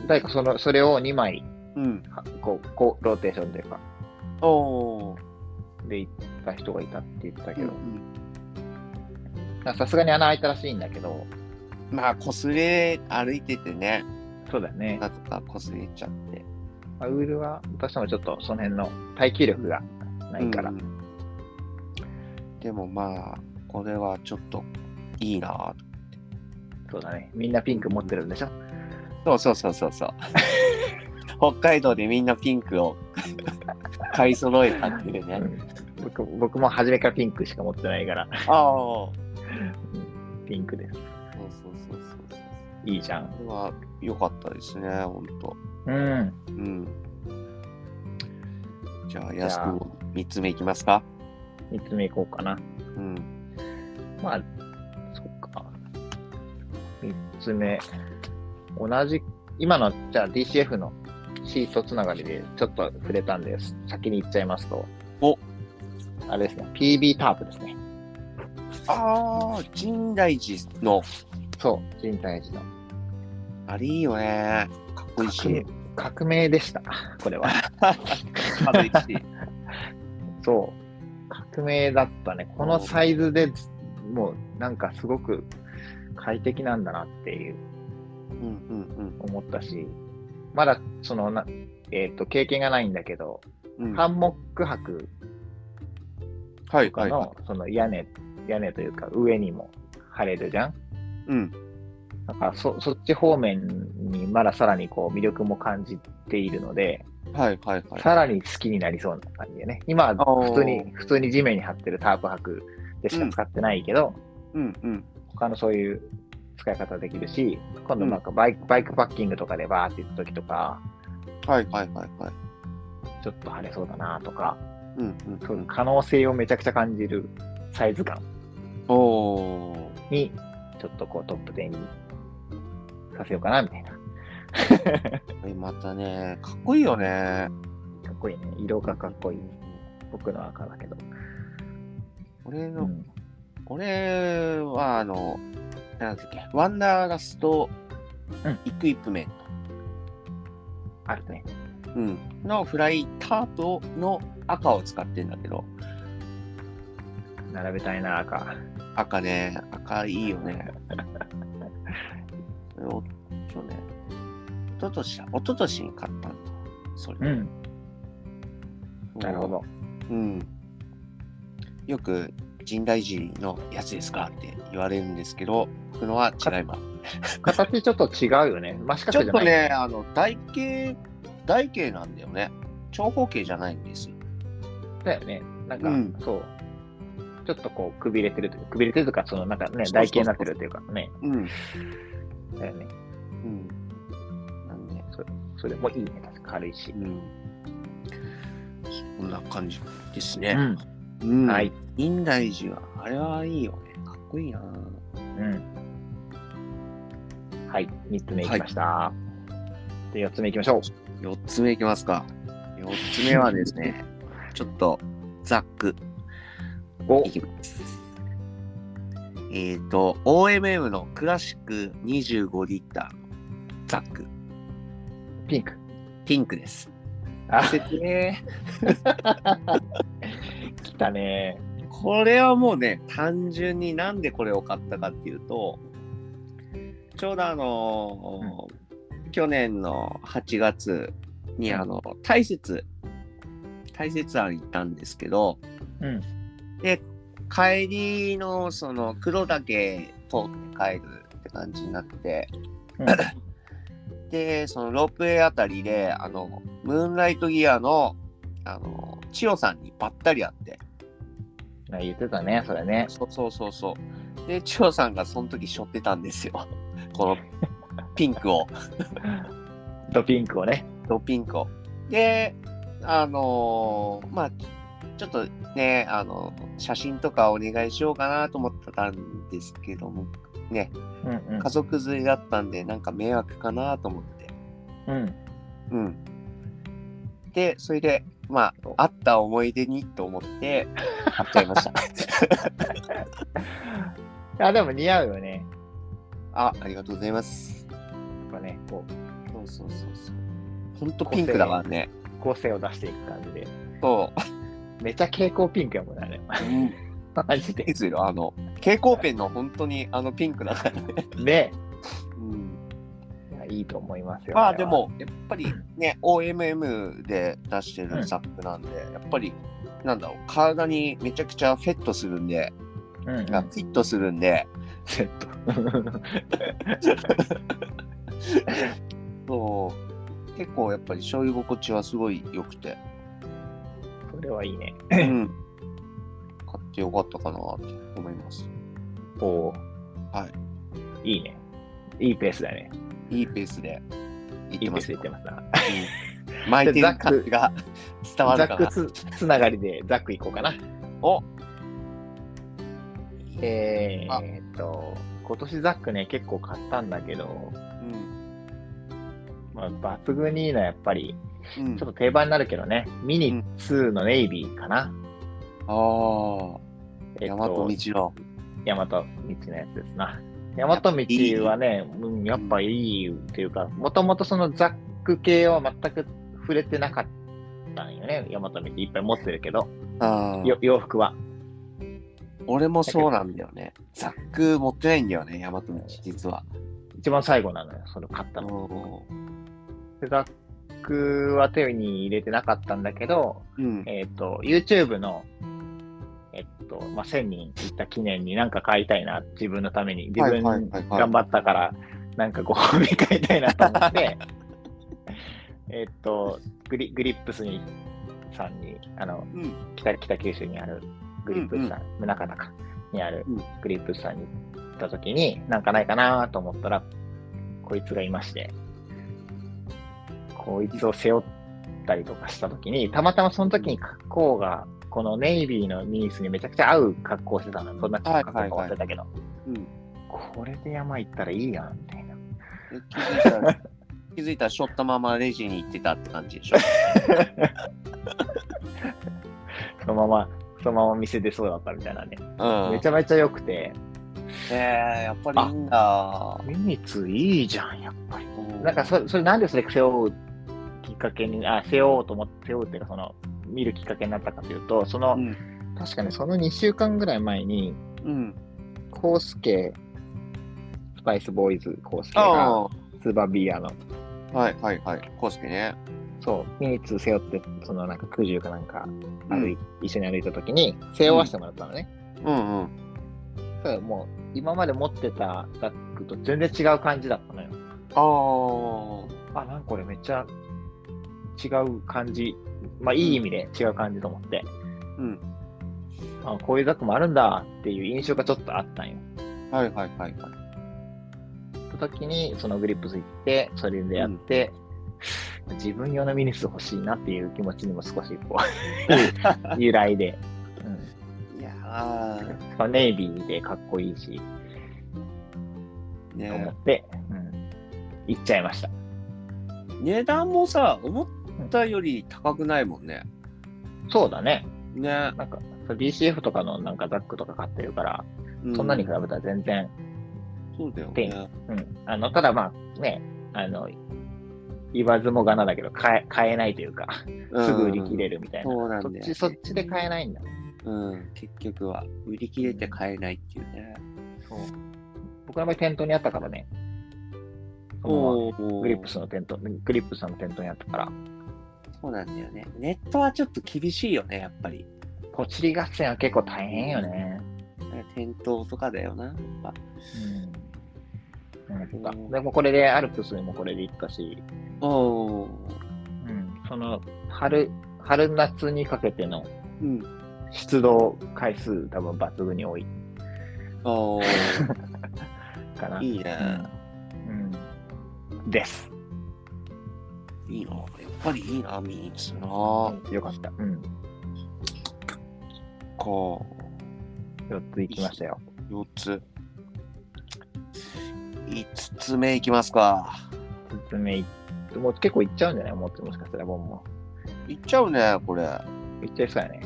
Speaker 2: 誰かその、それを2枚、
Speaker 3: うん
Speaker 2: はこう、こう、ローテーションというか、
Speaker 3: おお
Speaker 2: で行った人がいたって言ってたけ
Speaker 3: ー、
Speaker 2: ど、さすがに穴開いたらしいんだけど、
Speaker 3: まあ擦れ歩いててね
Speaker 2: そうだよね。
Speaker 3: なんとか擦れちゃって
Speaker 2: まあ、ウールは、どうしてもちょっとその辺の耐久力がないから、
Speaker 3: うんでもまあこれはちょっといいな
Speaker 2: そうだね。みんなピンク持ってるんでしょ
Speaker 3: そうそうそうそうそう 北海道でみんなピンクを買い揃えたっていうね
Speaker 2: 僕僕も初めからピンクしか持ってないから、
Speaker 3: ああそ
Speaker 2: ピンクです。
Speaker 3: うそうそうそうそう
Speaker 2: いいじゃん。
Speaker 3: これは良かったですねほんと
Speaker 2: うん。
Speaker 3: うんじ
Speaker 2: じゃ
Speaker 3: ゃあ
Speaker 2: あ
Speaker 3: 安くも3つ目いきますか
Speaker 2: 3つ目いこうかな。
Speaker 3: うん
Speaker 2: まあ、そっか。3つ目。同じ、今の、じゃあ DCF のシートつながりでちょっと触れたんです。先に行っちゃいますと。
Speaker 3: お
Speaker 2: あれですね。PB タープですね。
Speaker 3: ああ深大寺の
Speaker 2: そう。人体時の。
Speaker 3: あれいいよねかっこいいし
Speaker 2: 革革命でした。これは。
Speaker 3: 軽いし
Speaker 2: そう。革命だったね。このサイズで、もうなんかすごく快適なんだなっていう
Speaker 3: うんうんうん
Speaker 2: 思ったし、まだそのな、えっと、経験がないんだけど、
Speaker 3: うん
Speaker 2: ハ
Speaker 3: は
Speaker 2: ンモック泊
Speaker 3: い、
Speaker 2: とか
Speaker 3: はい、
Speaker 2: の、
Speaker 3: はい。
Speaker 2: その屋根、屋根というか上にも張れるじゃん
Speaker 3: うん。
Speaker 2: なんかそ、そっち方面にまださらにこう魅力も感じているので、
Speaker 3: はい、はい、はい。
Speaker 2: さらに好きになりそうな感じでね。今は普通に、普通に地面に張ってるタープ泊でしか使ってないけど、
Speaker 3: うん、うん。
Speaker 2: 他のそういう使い方できるし、今度なんかバイク、バイクパッキングとかでバーって行った時とか、
Speaker 3: はい、はい、はい、はい。
Speaker 2: ちょっと晴れそうだなとか、
Speaker 3: うん、うん、。
Speaker 2: そうういうん可能性をめちゃくちゃ感じるサイズ感
Speaker 3: おー。
Speaker 2: に、ちょっとこうトップ10にさせようかなみたいな。か
Speaker 3: これまたね、かっこいいよね。
Speaker 2: っこいいね。色がかっこいい。僕の赤だけど。
Speaker 3: 俺
Speaker 2: う
Speaker 3: の、
Speaker 2: ん、
Speaker 3: 俺は、あの、なんだっけ、ワンダーラスト
Speaker 2: うん
Speaker 3: イクイプメン
Speaker 2: あるね。
Speaker 3: ト、うんのフライタートの赤を使ってんだけど、
Speaker 2: 並べたいな、赤。
Speaker 3: 赤ね、赤いいよね。 それを去年、一昨年だ、一昨年に買ったんだ。それ。
Speaker 2: うん。なるほど。
Speaker 3: うん。よく、深大寺のやつですかって言われるんですけど、僕のは違います。
Speaker 2: 形ちょっと違うよね。真四
Speaker 3: ちょ
Speaker 2: 角
Speaker 3: っ
Speaker 2: じゃ
Speaker 3: と
Speaker 2: ない。
Speaker 3: ね、あの、台形、台形なんだよね。長方形じゃないんですよ。
Speaker 2: だよね。なんか、
Speaker 3: うん
Speaker 2: そう。ちょっとこう、くびれてるというか、くびれてるというか、そのなんかね
Speaker 3: そうそうそ、う
Speaker 2: 台形になってるというかね。
Speaker 3: うん。
Speaker 2: だよね。
Speaker 3: うん。なんで、
Speaker 2: それもいいね。確か軽いし
Speaker 3: う。ん。そんな感じです
Speaker 2: う
Speaker 3: ね。
Speaker 2: ん。
Speaker 3: うん
Speaker 2: はい。。
Speaker 3: 院大寺は、あれはいいよね。かっこいいな
Speaker 2: うん。はい。3つ目いきました。で、4つ目いきましょう。
Speaker 3: 四つ目いきますか。四つ目はです ね、ちょっと、ざっく
Speaker 2: お
Speaker 3: いきます。えっ、ー、と、OMM のクラシック25リッターのザック、
Speaker 2: ピンク。
Speaker 3: ピンクです。
Speaker 2: あ、
Speaker 3: 説明。
Speaker 2: 来たね。
Speaker 3: これはもうね、単純になんでこれを買ったかっていうと、ちょうどあのー去年の8月にあの、大雪、大雪庵行ったんですけど、
Speaker 2: うん
Speaker 3: で、帰りのその黒岳通って帰るって感じになって、
Speaker 2: うん
Speaker 3: で、そのロープウェイあたりで、あの、ムーンライトギアの、あの、千代さんにばったり会って、
Speaker 2: あ言ってたね、それね。
Speaker 3: そうそうそうそう。で、千代さんがその時背負ってたんですよ。 このピンクを、
Speaker 2: ドピンクをね。
Speaker 3: ドピンクを。で、あのーまあ、ちょっとね、あの、写真とかお願いしようかなと思ってたんですけども、ね、
Speaker 2: うんうん
Speaker 3: 家族連れだったんで、なんか迷惑かなと思って。
Speaker 2: うん。
Speaker 3: うん。で、それで、まあ、あった思い出にと思って、買っちゃいました。
Speaker 2: あ、でも似合うよね。
Speaker 3: あ、ありがとうございます。
Speaker 2: やっぱね、こう、
Speaker 3: そうそうそうそう。ほんとピンクだからね。
Speaker 2: 個性を出していく感じで。
Speaker 3: そ
Speaker 2: めちゃ蛍光ピンクやもんね、あ れ。
Speaker 3: う。うん。
Speaker 2: マジで
Speaker 3: い。つよ、あの、蛍光ペンの本当にあのピンクだからね。
Speaker 2: ね。
Speaker 3: うん。
Speaker 2: いやいいと思いますよ。
Speaker 3: まあ
Speaker 2: れ
Speaker 3: で
Speaker 2: は。
Speaker 3: も、やっぱりね、OMM で出してるサップなんで、やっぱり、なんだろう、体にめちゃくちゃフィットするんで、
Speaker 2: うん、うん。
Speaker 3: あフィットするんで、
Speaker 2: セット。
Speaker 3: そう、結構やっぱり醤油心地はすごい良く て、
Speaker 2: それはいいね。
Speaker 3: うん。買ってよかったかなって思います。
Speaker 2: おー。
Speaker 3: はい
Speaker 2: いいね。いいペースだね。
Speaker 3: いいペースでいっ
Speaker 2: い
Speaker 3: て
Speaker 2: いペ
Speaker 3: ま
Speaker 2: ース
Speaker 3: す
Speaker 2: でい。ってますな。
Speaker 3: うん巻いてる感じが伝わ
Speaker 2: ザ
Speaker 3: るか
Speaker 2: ッ
Speaker 3: な。
Speaker 2: クつつながりでザックいこうかな。
Speaker 3: お
Speaker 2: え
Speaker 3: あ
Speaker 2: ー、っと、今年ザックね、結構買ったんだけど、
Speaker 3: うん
Speaker 2: まあ、抜群にいいのはやっぱり、
Speaker 3: うん
Speaker 2: ちょっと定番になるけどね、ミニ2のネイビーかな。
Speaker 3: ああ、
Speaker 2: えっ
Speaker 3: 大和
Speaker 2: と、
Speaker 3: 道の。
Speaker 2: ヤマト道のやつですな。ヤマト道はね、うん、やっぱいいっていうか、もともとそのザック系は全く触れてなかったんよね、ヤマト道いっぱい持ってるけど、
Speaker 3: ああ
Speaker 2: よ、洋服は。
Speaker 3: 俺もそうなんだよね。ザック持ってないんだよね、大和道、実は。
Speaker 2: 一番最後なのよ、それ買ったの。
Speaker 3: うん
Speaker 2: でザッ僕は手に入れてなかったんだけど、
Speaker 3: うん。
Speaker 2: えっ、と、YouTube の、えっ、と、まあ、1000人いった記念になんか買いたいな、自分のために。自分
Speaker 3: はいはいはいはい
Speaker 2: 頑張ったから、なんかご 褒美買いたいなと思 って、えっと、グリグリップスにさんに、あの、
Speaker 3: うん。
Speaker 2: 北北九州にあるグリップスさん、宗像かにある
Speaker 3: うん
Speaker 2: グリップスさんに行った時に、なんかないかなと思ったら、こいつがいまして、こいつを背負ったりとかした時に、たまたまその時に格好が、このネイビーのニースにめちゃくちゃ合う格好をしてたの。そんなちょっと格好変わってたけど、
Speaker 3: うん。
Speaker 2: これで山行ったらいいやん、みたいな。
Speaker 3: で気づいたら、 気づいたら、しょったままレジに行ってたって感じでしょ。
Speaker 2: そのまま、そのまま店出そうだったみたいなね。
Speaker 3: うん。
Speaker 2: めちゃめちゃ良くて、
Speaker 3: えー、やっぱりいいんだ。
Speaker 2: ミニツいいじゃん、やっぱり。
Speaker 3: う
Speaker 2: なんかそそれなんでそれ背負うきっかけにあ背負おうと思って背負うっていうかその見るきっかけになったかというとその、
Speaker 3: うん
Speaker 2: 確かねその2週間ぐらい前に
Speaker 3: うん。
Speaker 2: コウスケスパイスボーイズコウスケ
Speaker 3: あ
Speaker 2: が
Speaker 3: あー。
Speaker 2: スーパービアの
Speaker 3: はいはいはい。コウスケね。
Speaker 2: そうミニッツ背負ってそのなんか九十かなんか
Speaker 3: う
Speaker 2: 歩い、
Speaker 3: ん。
Speaker 2: 一緒に歩いた時に背負わせてもらったのね、
Speaker 3: うんうん。
Speaker 2: そうもう今まで持ってたバッグと全然違う感じだったのよ
Speaker 3: ああ。
Speaker 2: あなんかこれめっちゃ違う感じまあいい意味で違う感じと思って
Speaker 3: うん。
Speaker 2: あこういうザックもあるんだっていう印象がちょっとあったんよ。
Speaker 3: はいはいはいはい。
Speaker 2: その時にそのグリップス行って、それでやって、自分用のミニス欲しいなっていう気持ちにも少しこう、由来で、
Speaker 3: いやー
Speaker 2: うん、まあネイビーでかっこいいし、と思
Speaker 3: ね
Speaker 2: って、うん、行っちゃいました。
Speaker 3: 値段もさ、思ったより高くないもんね。
Speaker 2: そうだね。
Speaker 3: ね。
Speaker 2: なんか、そう BCF とかのなんかザックとか買ってるから、そんなに比べたら全然、
Speaker 3: そうだよ
Speaker 2: ペン
Speaker 3: ね。
Speaker 2: うん、あの、ただまあね、あの、言わずもがなだけど、買え買えないというか、すぐ売り切れるみたいな。
Speaker 3: そうなんだ
Speaker 2: そ
Speaker 3: よ
Speaker 2: っ
Speaker 3: ね
Speaker 2: ち、そっちで買えないんだ。
Speaker 3: うん。うん。結局は、売り切れて買えないっていうね。
Speaker 2: 僕の場合、店頭にあったからね。その
Speaker 3: おー
Speaker 2: グリップスの店頭、グリップスさんの店頭にあったから、
Speaker 3: そうなんだよね。ネットはちょっと厳しいよね、やっぱり。
Speaker 2: ポチリ合戦は結構大変よね。
Speaker 3: 店頭とかだよな。やっぱ
Speaker 2: うん。思った
Speaker 3: うん
Speaker 2: でもこれで、アルプスにもこれで行ったし、
Speaker 3: おー
Speaker 2: うん、その、春、春夏にかけての
Speaker 3: うん。
Speaker 2: 出動回数、多分抜群に多い
Speaker 3: おー
Speaker 2: か な。
Speaker 3: いいね。
Speaker 2: うん。うん。です。
Speaker 3: いいな。やっぱりいいな、ミニッツな。こ
Speaker 2: よかった。うん。
Speaker 3: う。
Speaker 2: 4つ行きましたよ。
Speaker 3: 4つ。5つ目いきますか。
Speaker 2: 5つ目いもう結構行っちゃうんじゃないもうもしかしたらボンも。
Speaker 3: いっちゃうね、これ。
Speaker 2: 行っちゃいそうやね。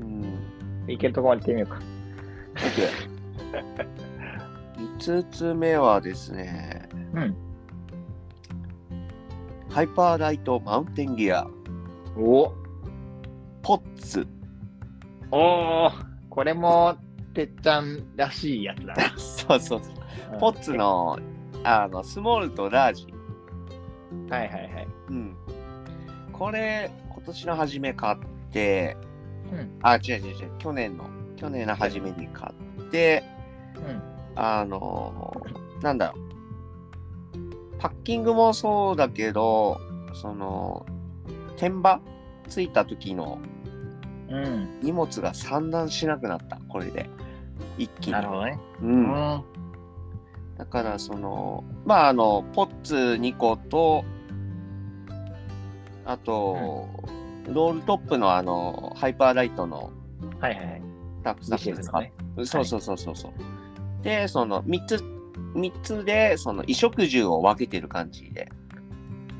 Speaker 3: うん。
Speaker 2: 行けるとこまで行ってみようか。
Speaker 3: 5つ目はですね、
Speaker 2: うん。
Speaker 3: ハイパーライトマウンテンギア、
Speaker 2: お
Speaker 3: ポッツ。。
Speaker 2: おーこれも、てっちゃんらしいやつだな
Speaker 3: そうそうそう。
Speaker 2: うん
Speaker 3: ポッツ。の、あの、スモールとラージ。
Speaker 2: はいはいはい。
Speaker 3: うん。これ、今年の初め買って、
Speaker 2: うん。
Speaker 3: あ、違う違う違う、去年の、去年の初めに買って、
Speaker 2: うん。
Speaker 3: あのーなんだろう。パッキングもそうだけど、その、天場ついた時の
Speaker 2: うん。
Speaker 3: 荷物が散乱しなくなった、これで。一気に。
Speaker 2: なるほどね。
Speaker 3: う。
Speaker 2: うん
Speaker 3: だから、その、まあ、あの、ポッツ2個と、あと、ロールトップのあの、ハイパーライトの
Speaker 2: はいはいはい。
Speaker 3: タクサク
Speaker 2: ミシェル
Speaker 3: 使
Speaker 2: の
Speaker 3: っ
Speaker 2: ね
Speaker 3: そうそうそうそうそう。で、その3つ、三つで、その衣食住を分けてる感じで、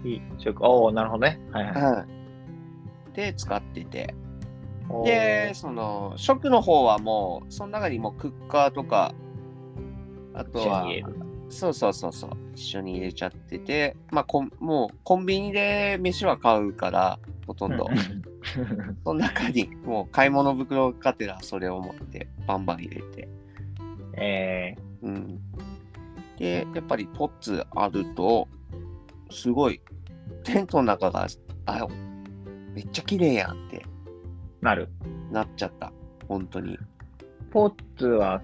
Speaker 2: いい。食おおなるほどね。はいはい。
Speaker 3: で、使ってて。
Speaker 2: おー
Speaker 3: で、、その、食の方はもう、その中にもうクッカーとか、あと
Speaker 2: 一緒
Speaker 3: は
Speaker 2: に入れ、
Speaker 3: そうそうそうそう、一緒に入れちゃってて、まあ、こんもうコンビニで飯は買うから、ほとんど。
Speaker 2: うん
Speaker 3: その中に、もう買い物袋がてら、それを持って、バンバン入れて。
Speaker 2: え
Speaker 3: うん。で、やっぱりポッツあると、すごいテントの中が、あ、めっちゃ綺麗やんって
Speaker 2: なる。
Speaker 3: なっちゃった。本当に。
Speaker 2: ポッツは、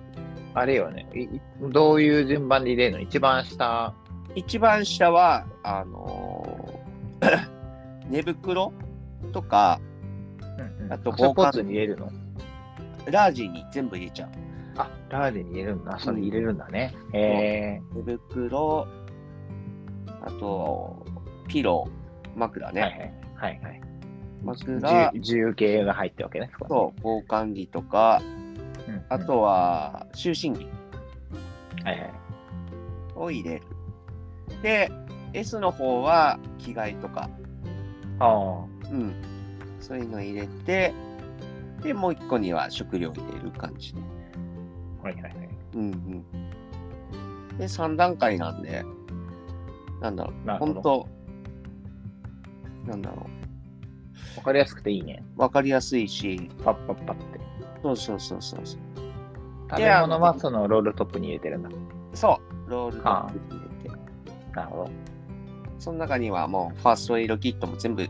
Speaker 2: あれよね。いいどういう順番で入れるの一番下。
Speaker 3: 一番下は、あのー 寝袋とか、あと
Speaker 2: それポ
Speaker 3: 防
Speaker 2: ッ
Speaker 3: 寒
Speaker 2: ツに入れるの
Speaker 3: ラージに全部入れちゃう。
Speaker 2: あ、ラーデに入れるんだ。それ入れるんだね。え
Speaker 3: 寝袋、あと、ピロー、枕
Speaker 2: ー、
Speaker 3: ね。
Speaker 2: はいはい。はいはい
Speaker 3: 枕、
Speaker 2: 重重慶が入ってるわけね。そこ
Speaker 3: と防寒着とか、
Speaker 2: ねうんうん
Speaker 3: あとは、就寝着
Speaker 2: はいはい。
Speaker 3: を入れる。で、S の方は着替えとか、
Speaker 2: ああ。
Speaker 3: うん、そういうの入れて、で、もう一個には食料入れる感じね。
Speaker 2: はいはいはい。
Speaker 3: うんうん。で、3段階なんで、なんだろう、
Speaker 2: なるほど
Speaker 3: 本当なんだろ
Speaker 2: わかりやすくていいね。
Speaker 3: う、わかりやすいし、
Speaker 2: パッパッパって。
Speaker 3: そうそうそうそうそう。
Speaker 2: 食べ物はそのロールトップに入れてるんだ。
Speaker 3: そう、ロールドッグ入れて、
Speaker 2: なるほど。
Speaker 3: その中にはもう、ファーストエイドキットも全部、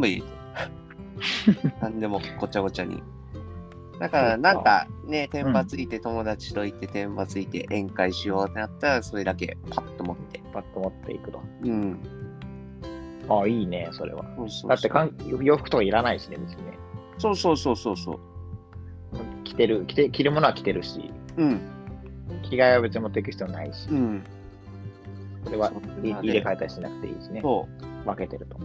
Speaker 3: 部入れて、なんでもごちゃごちゃに。だから、なんかね、天罰ついて友達と行って、天罰ついて宴会しようってなったら、それだけパッと持って。
Speaker 2: パッと持っていくと。
Speaker 3: うん。
Speaker 2: ああ、いいね、それは。
Speaker 3: そうそうそう
Speaker 2: だってかん洋服とかいらないしね、別にね。
Speaker 3: そうそうそうそうそう。
Speaker 2: 着てる着て、着るものは着てるし、
Speaker 3: うん。
Speaker 2: 着替えは別に持っていく必要ないし
Speaker 3: う、ん。
Speaker 2: それは
Speaker 3: そう
Speaker 2: い
Speaker 3: なんで
Speaker 2: 入れ替えたりしなくていいしね。
Speaker 3: そう。
Speaker 2: 分けてると。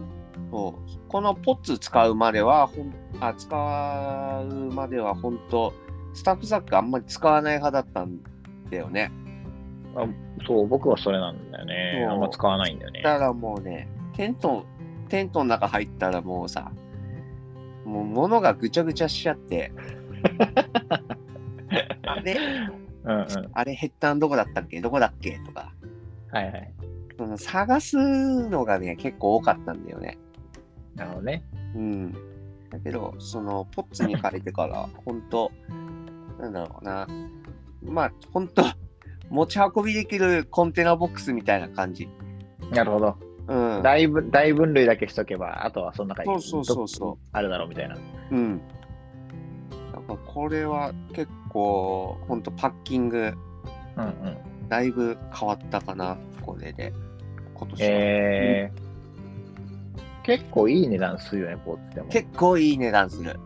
Speaker 3: そうこのポッツ使うまではほんあ使うまでは本当スタッフザックあんまり使わない派だったんだよね
Speaker 2: そう、僕はそれなんだよね。
Speaker 3: そう
Speaker 2: あんま使わないんだよね
Speaker 3: だ。からもうねテントテントの中入ったらもうさもう物がぐちゃぐちゃしちゃってあれ
Speaker 2: うんうん。
Speaker 3: あれヘッダンどこだったっけどこだっけとか
Speaker 2: はいはい。
Speaker 3: その探すのがね結構多かったんだよね
Speaker 2: なるほどね。
Speaker 3: うん。だけど、その、ポッツに変えてから、ほんと、なんだろうな。まあ、ほんと、持ち運びできるコンテナボックスみたいな感じ。
Speaker 2: なるほど。
Speaker 3: うん。
Speaker 2: 大分大分類だけしとけば、あとはその中に
Speaker 3: そうそうそうそう
Speaker 2: あるだろうみたいな。
Speaker 3: うん。だから、これは結構、ほんとパッキング、
Speaker 2: うんうん。
Speaker 3: だいぶ変わったかな、これで。今年は。
Speaker 2: えー、結構いい値段するよね、ポーツでも。
Speaker 3: 結構いい値段する。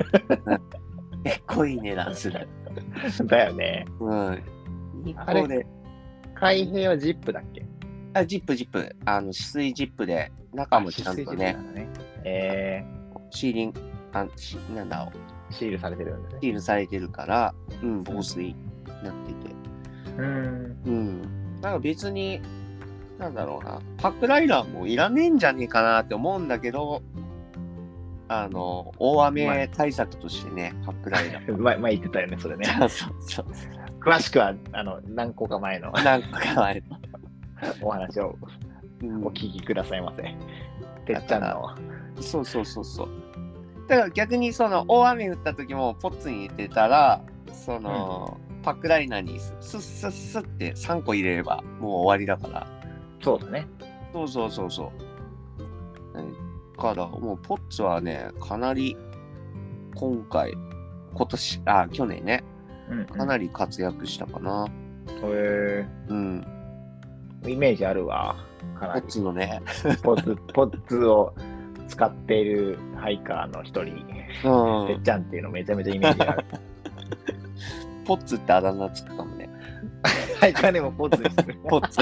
Speaker 3: 結構いい値段する。
Speaker 2: だよね。
Speaker 3: うん。一
Speaker 2: あれ
Speaker 3: 個で
Speaker 2: 開閉はジップだっけ
Speaker 3: あ、ジップジップ。あの、止水ジップで、中もちゃんとね、。
Speaker 2: え
Speaker 3: シーリング、あしなんだ、
Speaker 2: ー、シールされてるんですね。
Speaker 3: シールされてるから、うん、防水になってて。
Speaker 2: うん。
Speaker 3: うん。なんか別に、なんだろうな、パックライラーもいらねえんじゃねえかなって思うんだけど、あの、大雨対策としてね、パックラ イラー。
Speaker 2: 前前言ってたよね、それね。
Speaker 3: そうそうそ
Speaker 2: 詳しくは、あの、何個か 前の
Speaker 3: う。なんかかわいい。
Speaker 2: お話を
Speaker 3: うん
Speaker 2: お聞きくださいませ。てっちゃんの。
Speaker 3: そうそうそうそう。だから逆にその大雨降った時もポッツに入れてたらその、パックライナーにスッスッスッって3個入れればもう終わりだから。
Speaker 2: そうだね。
Speaker 3: そうそうそうそう。だからもうポッツはねかなり今回今年あ去年ね
Speaker 2: うん。
Speaker 3: かなり活躍したかな。
Speaker 2: え
Speaker 3: うん。
Speaker 2: ー、イメージあるわ。か
Speaker 3: ポ
Speaker 2: なり
Speaker 3: ッ。ツのね。
Speaker 2: ポッツ、ポッツを使っているハイカーの一人、
Speaker 3: う
Speaker 2: てっ
Speaker 3: ん。
Speaker 2: ちゃんっていうのめちゃめちゃイメージあ る。
Speaker 3: ポッツってあだ名つくかもね。
Speaker 2: ハイカーでもポッツですね。
Speaker 3: ポ ッツ。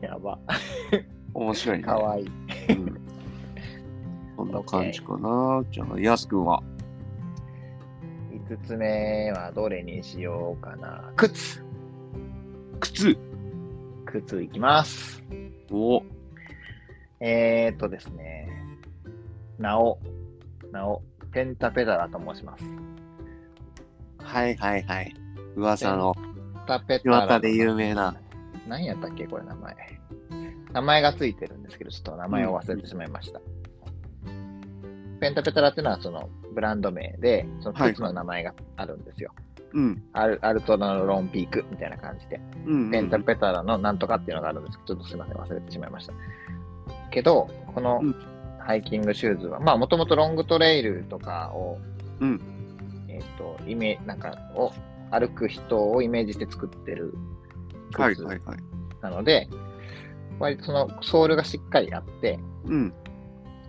Speaker 2: やば。
Speaker 3: 面白いね。
Speaker 2: かわいい。
Speaker 3: うんそんな感じかな。じゃあ、やすくんは。
Speaker 2: 5つ目はどれにしようかな。靴
Speaker 3: 靴
Speaker 2: 靴いきます。
Speaker 3: お
Speaker 2: えー、っとですね。なお、なお、ペンタペダラと申します。
Speaker 3: はいはいはい。噂の、
Speaker 2: ペンタペダ
Speaker 3: 岩
Speaker 2: ラ。
Speaker 3: 田で有名な。
Speaker 2: 何やったっけこれ名前。名前がついてるんですけど、ちょっと名前を忘れてしまいました。ペンタペタラっていうのはそのブランド名で、その靴の名前があるんですよ。
Speaker 3: うん。
Speaker 2: アルアルトラのロンピークみたいな感じで、
Speaker 3: うん。
Speaker 2: レンタルペタラのなんとかっていうのがあるんですけど、ちょっとすみません、忘れてしまいました。けど、この
Speaker 3: うん
Speaker 2: ハイキングシューズは、まあ、もともとロングトレイルとかを、
Speaker 3: うん
Speaker 2: えっ、と、イメなんかを歩く人をイメージして作ってる靴
Speaker 3: はいはいはい。
Speaker 2: なので、割とそのソールがしっかりあって、
Speaker 3: うん。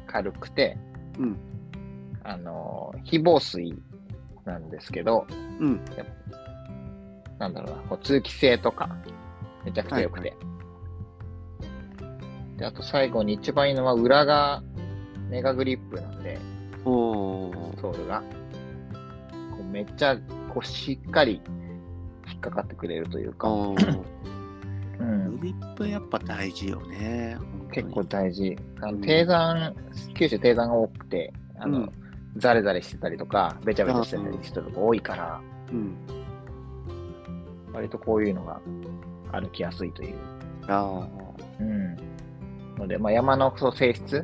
Speaker 2: 軽くて、
Speaker 3: うん
Speaker 2: あの、非防水なんですけど、
Speaker 3: うん。
Speaker 2: なんだろうな、こう通気性とか、めちゃくちゃ良くて。で、あと最後に一番いいのは裏がメガグリップなんで、
Speaker 3: おー。
Speaker 2: ソールが。こうめっちゃこうしっかり引っかかってくれるというか、
Speaker 3: おー。
Speaker 2: うん
Speaker 3: グリップやっぱ大事よね。
Speaker 2: 結構
Speaker 3: 本
Speaker 2: 大事。あ
Speaker 3: う
Speaker 2: の
Speaker 3: ん
Speaker 2: 低山、九州低山が多くて、あの、
Speaker 3: うん
Speaker 2: ザレザレしてたりとか、べちゃべちゃしてたりしてるとこ多いから、
Speaker 3: 当に。うん。
Speaker 2: 割とこういうのが歩きやすいという。
Speaker 3: あ
Speaker 2: うん。ので、まあ、山のそう性質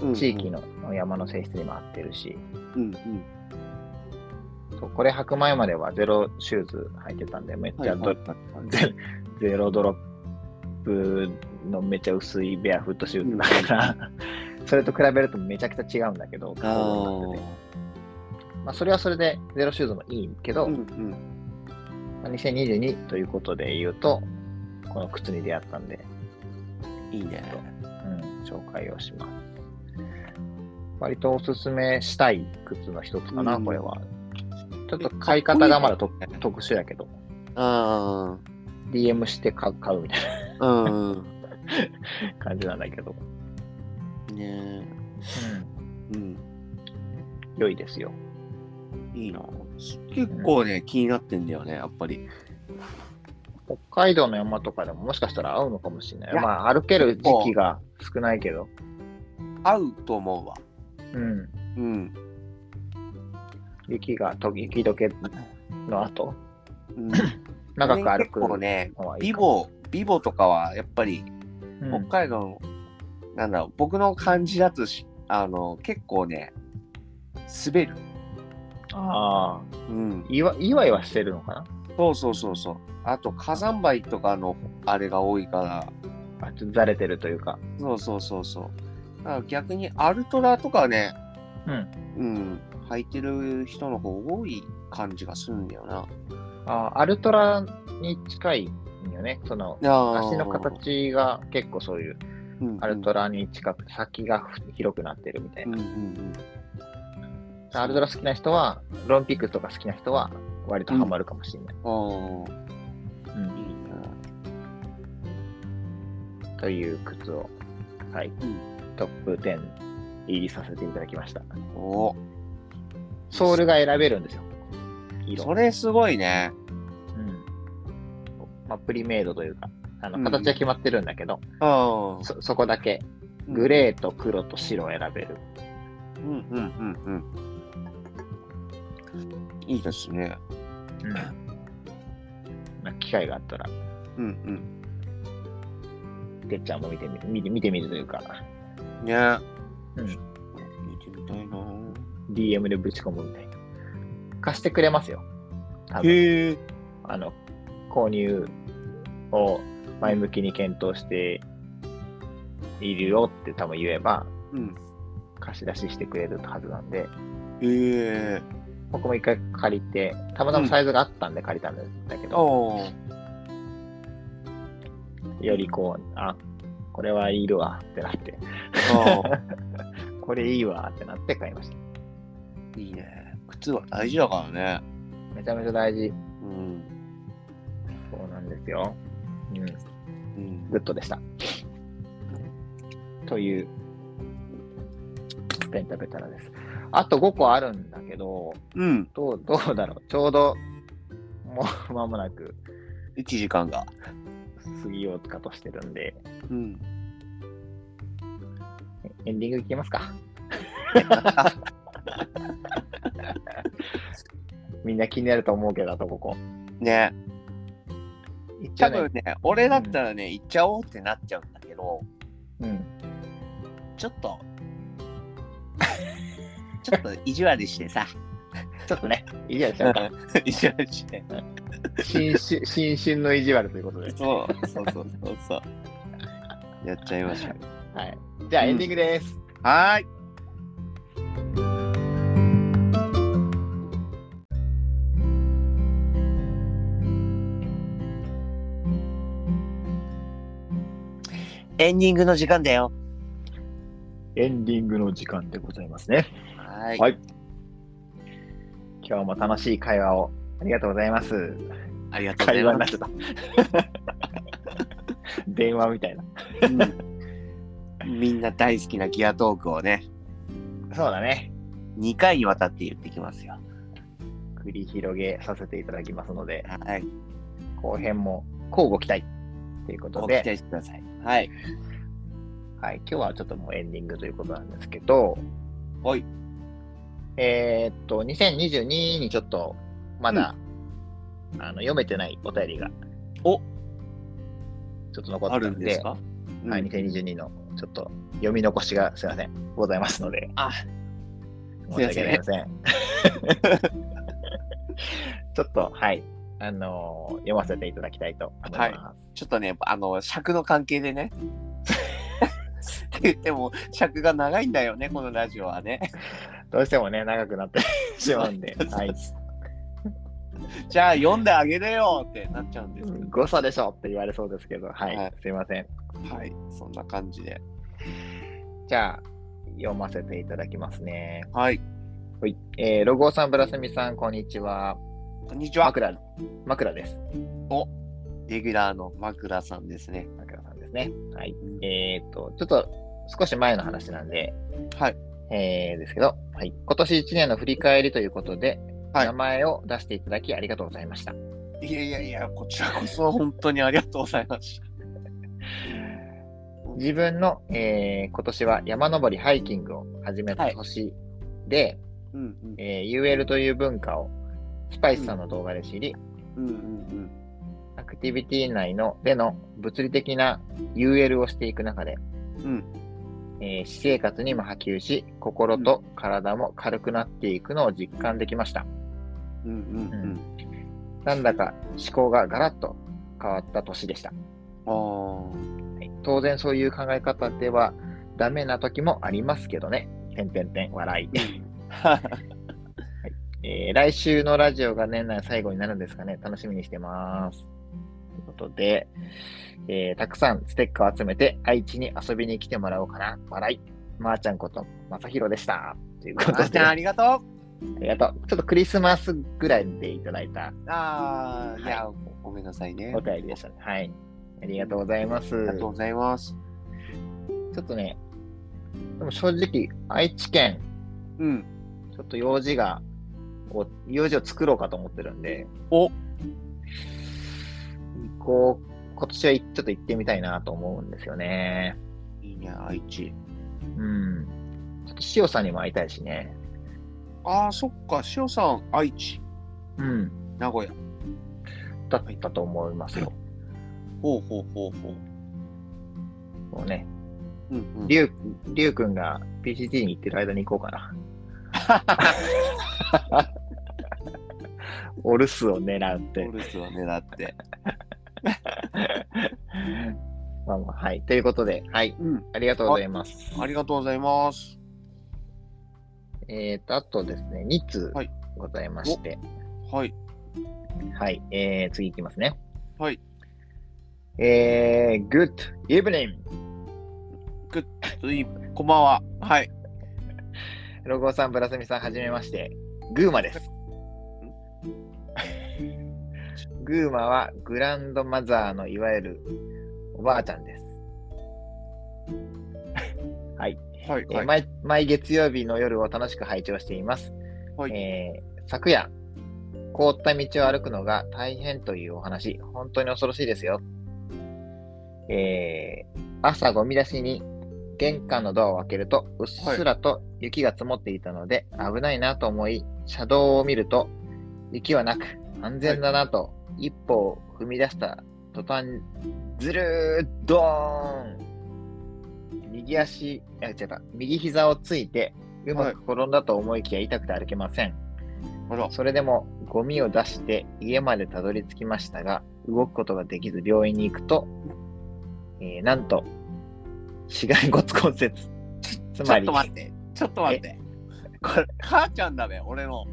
Speaker 3: あ。うん
Speaker 2: 地域。の山の性質にも合ってるし、
Speaker 3: うんうん。
Speaker 2: そうこれ履く前まではゼロシューズ履いてたんで、めっちゃド、
Speaker 3: はいはいはいはい
Speaker 2: ゼ ゼロドロップのめっちゃ薄いベアフットシューズだから、それと比べるとめちゃくちゃ違うんだけど、
Speaker 3: あ
Speaker 2: こうなっててまあ、それはそれでゼロシューズもいいけ
Speaker 3: あ。
Speaker 2: ど、
Speaker 3: うんうん。
Speaker 2: まあ、2022ということで言うと、この靴に出会ったんで、
Speaker 3: いいね。
Speaker 2: うん、紹介をします。割とおすすめしたい靴の一つかな、
Speaker 3: うん
Speaker 2: これは。ちょっと買い方がまだと特殊やけど、
Speaker 3: あ
Speaker 2: DM して買う買うみたい
Speaker 3: あ。うん。
Speaker 2: な感じなんだけど、
Speaker 3: ねうん。
Speaker 2: 良いですよ。
Speaker 3: いいな。結構ね、気になってんだよね、やっぱり。
Speaker 2: 北海道の山とかでももしかしたら合うのかもしれない。
Speaker 3: いや
Speaker 2: まあ、歩ける時期が少ないけど、
Speaker 3: 合うと思うわ。
Speaker 2: うん、
Speaker 3: うん。
Speaker 2: 雪がと雪解けの後、
Speaker 3: うん、
Speaker 2: 長く歩く
Speaker 3: 結構ね、
Speaker 2: のはいい
Speaker 3: ビ
Speaker 2: かも、
Speaker 3: ボ、ビボとかはやっぱり
Speaker 2: うん
Speaker 3: 北海道の、なんだろう、僕の感じだとし、あの、結構ね、滑る。
Speaker 2: ああ、
Speaker 3: うん。
Speaker 2: いわ、いわいわしてるのかな
Speaker 3: そうそうそうそう。あと火山灰とかのあれが多いから、
Speaker 2: あちょっとざれてるというか。
Speaker 3: そうそうそうそう。だから逆にアルトラとかね、
Speaker 2: うん。
Speaker 3: うん、履いてる人の方多い感じがするんだよな。
Speaker 2: あーアルトラに近いんよね。その、足
Speaker 3: 足
Speaker 2: の形が結構そういう、アルト
Speaker 3: ラ。
Speaker 2: ラに近く、先が広くなってるみたい
Speaker 3: うん
Speaker 2: な。
Speaker 3: うんうん。
Speaker 2: アルトラ好きな人は、ロンピックとか好きな人は、割とハマるかもしれない。
Speaker 3: あ
Speaker 2: う
Speaker 3: あ、い
Speaker 2: ん
Speaker 3: いな。
Speaker 2: という靴を、はい、
Speaker 3: ん
Speaker 2: トップ10入りさせていただきました。
Speaker 3: お
Speaker 2: ソールが選べるんですよ。色。
Speaker 3: それすごいね。
Speaker 2: うん。まあ、プリメイドというか、あ
Speaker 3: う
Speaker 2: の
Speaker 3: ん
Speaker 2: 形は決まってるんだけど、
Speaker 3: ああ。
Speaker 2: そそこだけグレーと黒と白を選べる。
Speaker 3: ー。うんうんうんうん。いいですね。
Speaker 2: うんまあ、機会があったら、
Speaker 3: うん
Speaker 2: てっちゃんも見てみ見て見てみるというか、
Speaker 3: うん。ね。
Speaker 2: うん
Speaker 3: 見てみたいな。
Speaker 2: DM でぶち込むみたいな。貸してくれますよ。多分
Speaker 3: へえ。
Speaker 2: あの購入を前向きに検討しているよって多分言えば、
Speaker 3: うん。
Speaker 2: 貸し出ししてくれるはずなんで、
Speaker 3: へえ。
Speaker 2: 僕も一回借りて、たまたまサイズがあったんで借りたんだけど、
Speaker 3: おー
Speaker 2: よりこう、あ、これはいるわってなって、
Speaker 3: あー。
Speaker 2: これいいわってなって買いました。
Speaker 3: いいね。靴は大事だからね。
Speaker 2: めちゃめちゃ大事。
Speaker 3: うん。
Speaker 2: そうなんですよ。うん、
Speaker 3: うん
Speaker 2: グッドでした。という、ペンタペタラです。あと5個あるんだけど、
Speaker 3: うん。
Speaker 2: どう、どうだろう。ちょうど、もう間もなく
Speaker 3: 1時間が。
Speaker 2: 過ぎようかとしてるんで、
Speaker 3: うん。
Speaker 2: エンディングいきますか。みんな気になると思うけど、あとここ。
Speaker 3: ね。
Speaker 2: 一
Speaker 3: 多
Speaker 2: 応ね
Speaker 3: 分ね、俺だったらね、行っちゃおうってなっちゃうんだけど、
Speaker 2: うん。
Speaker 3: ちょっと、ちょっと意地悪してさ、
Speaker 2: ちょっとね、意地悪しちゃうか。
Speaker 3: 一緒にして。
Speaker 2: 新春新春の意地悪ということで。
Speaker 3: そう、そうそうそうそう。やっちゃいました。
Speaker 2: はい。じゃあエンディングです。
Speaker 3: はーい。エンディングの時間だよ。
Speaker 2: エンディングの時間でございますね。
Speaker 3: はーい。
Speaker 2: はい今日も楽しい会話をありがとうございます。
Speaker 3: ありがとうござ
Speaker 2: 会話
Speaker 3: い
Speaker 2: に
Speaker 3: ま
Speaker 2: なっ
Speaker 3: す
Speaker 2: ちゃった。 電話みたいな。。
Speaker 3: うんみんな大好きなギアトークをね、
Speaker 2: そうだね。
Speaker 3: 2回にわたって言ってきますよ。
Speaker 2: 繰り広げさせていただきますので、
Speaker 3: はい。
Speaker 2: 後編も交互期待ということ
Speaker 3: ご期
Speaker 2: で、
Speaker 3: 待してください。はい。
Speaker 2: はい、今日はちょっともうエンディングということなんですけど、
Speaker 3: はい。
Speaker 2: えーっと、2022にちょっと、まだ、あの読めてないお便りが、
Speaker 3: お
Speaker 2: ちょっと残ってたんで、
Speaker 3: か
Speaker 2: はい、2022のちょっと読み残しがすいません、ございますので、
Speaker 3: あ
Speaker 2: 申し訳ありません。 ちょっと、はい、あのー読ませていただきたいと思います。
Speaker 3: ちょっとね、あの、尺の関係でね。って言っても、尺が長いんだよね、このラジオはね。
Speaker 2: どうしてもね、長くなって しまうんで、はい、
Speaker 3: じゃあ、読んであげれよってなっちゃうんですけ
Speaker 2: 誤差でしょって言われそうですけど、はい、
Speaker 3: はい
Speaker 2: すいません。
Speaker 3: ど。はい、そんな感じで。
Speaker 2: じゃあ、読ませていただきますね。
Speaker 3: はい、
Speaker 2: はい、えー、ロゴさん、ブラスミさん、こんにちは。
Speaker 3: こんにちは。
Speaker 2: 枕、枕です。
Speaker 3: レギュラーの枕さんですね。
Speaker 2: 枕さんですね。はい。えっと、ちょっと少し前の話なんで、
Speaker 3: はい。
Speaker 2: えー、ですけど、はい、今年1年の振り返りということで、
Speaker 3: はい
Speaker 2: 名前を出していただきありがとうございました。
Speaker 3: いやいやいや、こちらこそ本当にありがとうございました。
Speaker 2: 自分の、えー今年は山登りハイキングを始めた年で、
Speaker 3: うんうん
Speaker 2: えー UL という文化をスパイスさんの動画で知り、
Speaker 3: うんうん
Speaker 2: アクティビティ内のでの物理的な UL をしていく中で、
Speaker 3: うんうん
Speaker 2: えー私生活にも波及し、心と体も軽くなっていくのを実感できました。
Speaker 3: うんうんうん。
Speaker 2: なんだか思考がガラッと変わった年でした。
Speaker 3: あー
Speaker 2: はい当然そういう考え方ではダメな時もありますけどね。てんてんてん笑い。えー来週のラジオが年内最後になるんですかね。楽しみにしてます。ということで、えーたくさんステッカーを集めて愛知に遊びに来てもらおうかな。笑い。まー、ちゃんこと、まさひろでした。というこ
Speaker 3: あ
Speaker 2: と
Speaker 3: ーち
Speaker 2: で、
Speaker 3: ゃんあ
Speaker 2: あ
Speaker 3: りがとう。
Speaker 2: りがとう。ちょっとクリスマスぐらいでいただいた
Speaker 3: ああ、いや
Speaker 2: は、
Speaker 3: ごめんなさいね。
Speaker 2: お便りでしたね。はい。ありがとうございます。
Speaker 3: ありがとうございます。
Speaker 2: ちょっとね、でも正直、愛知県、
Speaker 3: うん。
Speaker 2: ちょっと用事が、こう用事を作ろうかと思ってるんで、
Speaker 3: お
Speaker 2: こう、今年はいちょっと行ってみたいなと思うんですよね。
Speaker 3: いいね、愛知。
Speaker 2: うん。ちょっと塩さんにも会いたいしね。
Speaker 3: ああ、そっか、しおさん、愛知、
Speaker 2: うん。
Speaker 3: 名古屋。
Speaker 2: だったと思いますよ。
Speaker 3: ほうほうほうほう。
Speaker 2: もうね、
Speaker 3: うんうん、
Speaker 2: りゅう、りゅうくんが PCT に行ってる間に行こうか な。お留守を狙って
Speaker 3: ポ。ルスは狙って。
Speaker 2: まあまあ、はい。ということで、はい。
Speaker 3: うん。
Speaker 2: ありがとうございます。
Speaker 3: ありがとうございます。
Speaker 2: えっ、と、あとですね、2通
Speaker 3: はい
Speaker 2: ございまして、
Speaker 3: はい。
Speaker 2: はい、えー、次いきますね。
Speaker 3: はい。
Speaker 2: えー、good evening!
Speaker 3: ういこんばんは。はい。
Speaker 2: ロゴさん、ブラスミさん、はじめまして。グーマ です。グーマはグランドマザーのいわゆるおばあちゃんです。はい、
Speaker 3: はい。
Speaker 2: えー
Speaker 3: はい。
Speaker 2: 毎。毎月曜日の夜を楽しく拝聴しています。
Speaker 3: はい。
Speaker 2: えー昨夜、凍った道を歩くのが大変というお話、本当に恐ろしいですよ。えー朝ゴミ出しに玄関のドアを開けると、うっすらと雪が積もっていたので、危ないなと思い、車道を見ると、雪はなく、安全だなと、一歩を踏み出した途端、ずるーっどーん右足、あ、違った、右膝をついて、うまく転んだと思いきや痛くて歩けません。
Speaker 3: あら、
Speaker 2: それでもゴミを出して家までたどり着きましたが、動くことができず病院に行くと、えーなんと、死骸骨骨折。つ
Speaker 3: ちょ
Speaker 2: ま
Speaker 3: っ
Speaker 2: り
Speaker 3: と、待って、ちょっと待って。これ、母ちゃんだべ、俺 の。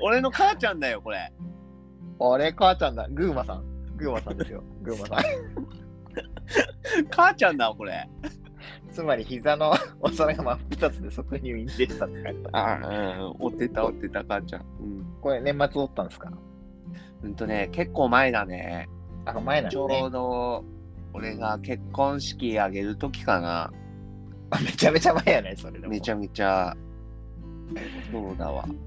Speaker 3: 俺の母ちゃんだよ、これ。
Speaker 2: 俺、母ちゃんだ。グーマさん。グーマさんですよ。グーマ さん。
Speaker 3: 母ちゃんだわ、これ。
Speaker 2: つまり、膝の お皿が真っ二つで即入院でしたって書いてある
Speaker 3: あうん、追ってた、追ってた、母ちゃん。
Speaker 2: これ、年末おったんですか
Speaker 3: うん。うんとね、結構前だね。
Speaker 2: あ、前なん
Speaker 3: ち
Speaker 2: で
Speaker 3: ょ
Speaker 2: すね
Speaker 3: う。ど、俺が結婚式あげる時かな。
Speaker 2: あめちゃめちゃ前やね、それでも。
Speaker 3: めちゃめちゃ、そうだわ。
Speaker 2: えー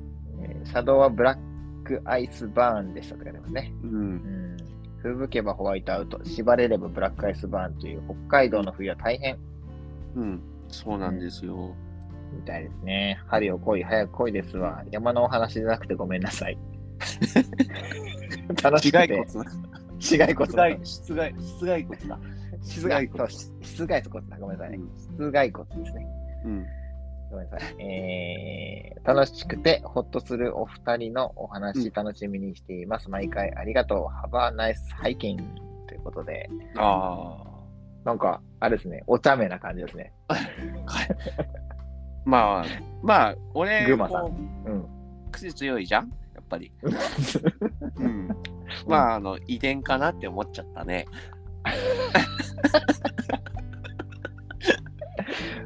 Speaker 2: 車道はブラックアイスバーンでしたとかでもね。
Speaker 3: うん。
Speaker 2: うん。吹雪けばホワイトアウト、縛れればブラックアイスバーンという北海道の冬は大変
Speaker 3: うん。そうなんですよ。
Speaker 2: みたいですね。春よ来い、早く来いですわ。山のお話じゃなくてごめんな さい。楽しく
Speaker 3: 死骸
Speaker 2: て
Speaker 3: 骨。
Speaker 2: 死骸
Speaker 3: 室
Speaker 2: 骨
Speaker 3: 外、室外、室外骨だ。
Speaker 2: 室外骨。室外骨だ。ごめんなさいね。室外骨ですね。
Speaker 3: うん。
Speaker 2: ごめんなさい。えー、楽しくてほっとするお二人のお
Speaker 3: う
Speaker 2: 話
Speaker 3: ん
Speaker 2: 楽しみにしています。毎回ありがとう。Have a nice hiking ということで、
Speaker 3: ああ。
Speaker 2: なんか、あれですね、お茶目な感じですね。
Speaker 3: まあ、まあ、俺、
Speaker 2: グーマさん
Speaker 3: こ
Speaker 2: うん。
Speaker 3: う癖強いじゃんやっ ぱり。うん。まあ、あの、遺伝かなって思っちゃったね。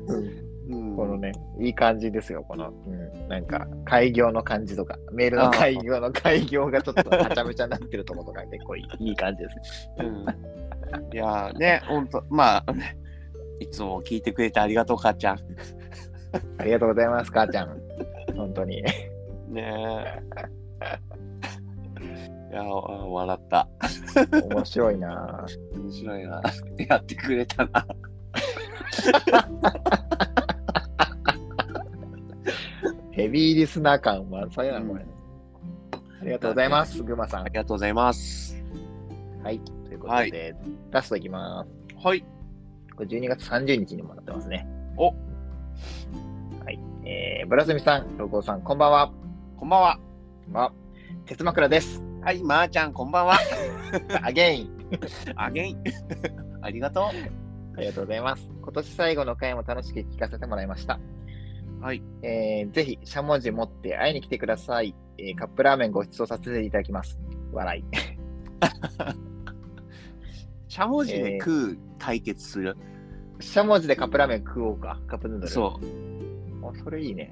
Speaker 3: うん
Speaker 2: このね、いい感じですよ、この、うん、なんか、開業の感じとか、メールの開業の開業がちょっとはちゃめちゃになってるところとか、結構いいいい感じですね。
Speaker 3: うん。いやーね、ほんと、まあ、ねいつも聞いてくれてありがとう、母ちゃん。
Speaker 2: ありがとうございます、母ちゃん。本当に。
Speaker 3: ね え。いやー、笑った。
Speaker 2: 面白いなぁ
Speaker 3: 面白いな。 やってくれたな。
Speaker 2: ヘビーリスナー感満載だな、これ。ありがとうございます、グマさん
Speaker 3: あり。がとうございます。
Speaker 2: はい。ということで、ラストいきます。
Speaker 3: はい。
Speaker 2: これ12月30日にもなってますね。
Speaker 3: お
Speaker 2: はい。えー、ブラスミさん、ロコさん、こんばんは。
Speaker 3: こんばんは。
Speaker 2: ま、鉄枕です。
Speaker 3: はい、まー、ちゃん、こんばんは。
Speaker 2: アゲイン。
Speaker 3: あげん。 ありがと
Speaker 2: ありがとうございます。今年最後の回も楽しく聞かせてもらいました。
Speaker 3: はい。
Speaker 2: えー、ぜひ、しゃもじ持って会いに来てください。えーカップラーメンご馳走させていただきます。笑い。
Speaker 3: う。しゃもじで食う対決する。
Speaker 2: しゃもじでカップラーメン食おうか。カップヌードル。
Speaker 3: そう。
Speaker 2: う。それいいね。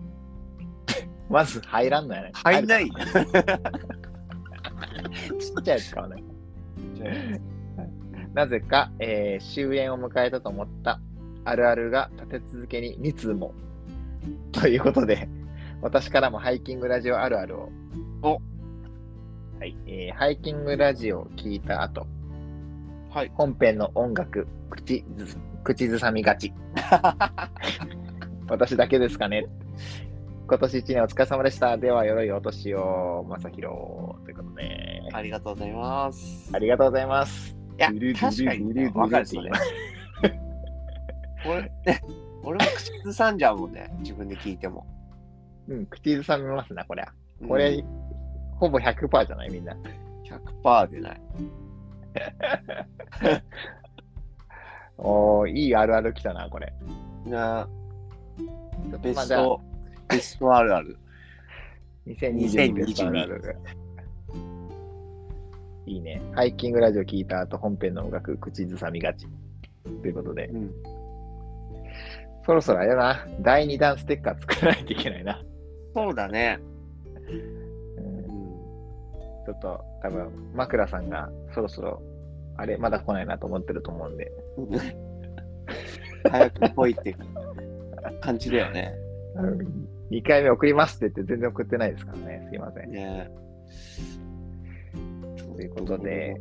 Speaker 2: まず入らんのやね。
Speaker 3: 入んない。
Speaker 2: 入るかちっちゃいやつ買わない。なぜか、えー終焉を迎えたと思ったあるあるが立て続けに2通も。ということで、私からもハイキングラジオあるあるを。
Speaker 3: お
Speaker 2: はい、えーハイキングラジオを聞いた後、
Speaker 3: はい。
Speaker 2: 本編の音楽、口ず口ずさみがち。私だけですかね。今年1年お疲れ様でした。では、よろいお年を、まさひろ。ということで、
Speaker 3: ありがとうございます。
Speaker 2: ありがとうございます。
Speaker 3: いや、確かにね、わかるそれ。俺、ね、俺も口ずさんじゃうもんね。自分で聞いても。
Speaker 2: うん、口ずさみますな、これは。
Speaker 3: うん
Speaker 2: これ、、ほぼ100%じゃない、みんな。
Speaker 3: 100%でない。
Speaker 2: おー、いいあるある来たな、これ。
Speaker 3: な
Speaker 2: ちょっと
Speaker 3: ベ
Speaker 2: まあ
Speaker 3: ス
Speaker 2: じゃあ
Speaker 3: ト、ベストあるある。
Speaker 2: 2022ベストあるある。いいね。ハイキングラジオ聞いた後、本編の音楽、口ずさみがち。ということで、
Speaker 3: うん。
Speaker 2: そろそろあれだな、第2弾ステッカー作らないといけないな。
Speaker 3: そうだね。
Speaker 2: うん
Speaker 3: う、ん。
Speaker 2: ちょっと、多分枕さんがそろそろ、あれ、まだ来ないなと思ってると思うんで、
Speaker 3: 早く来いって感じだよね。
Speaker 2: 2回目送りますって言って全然送ってないですからね。すいません。
Speaker 3: ね
Speaker 2: ということで、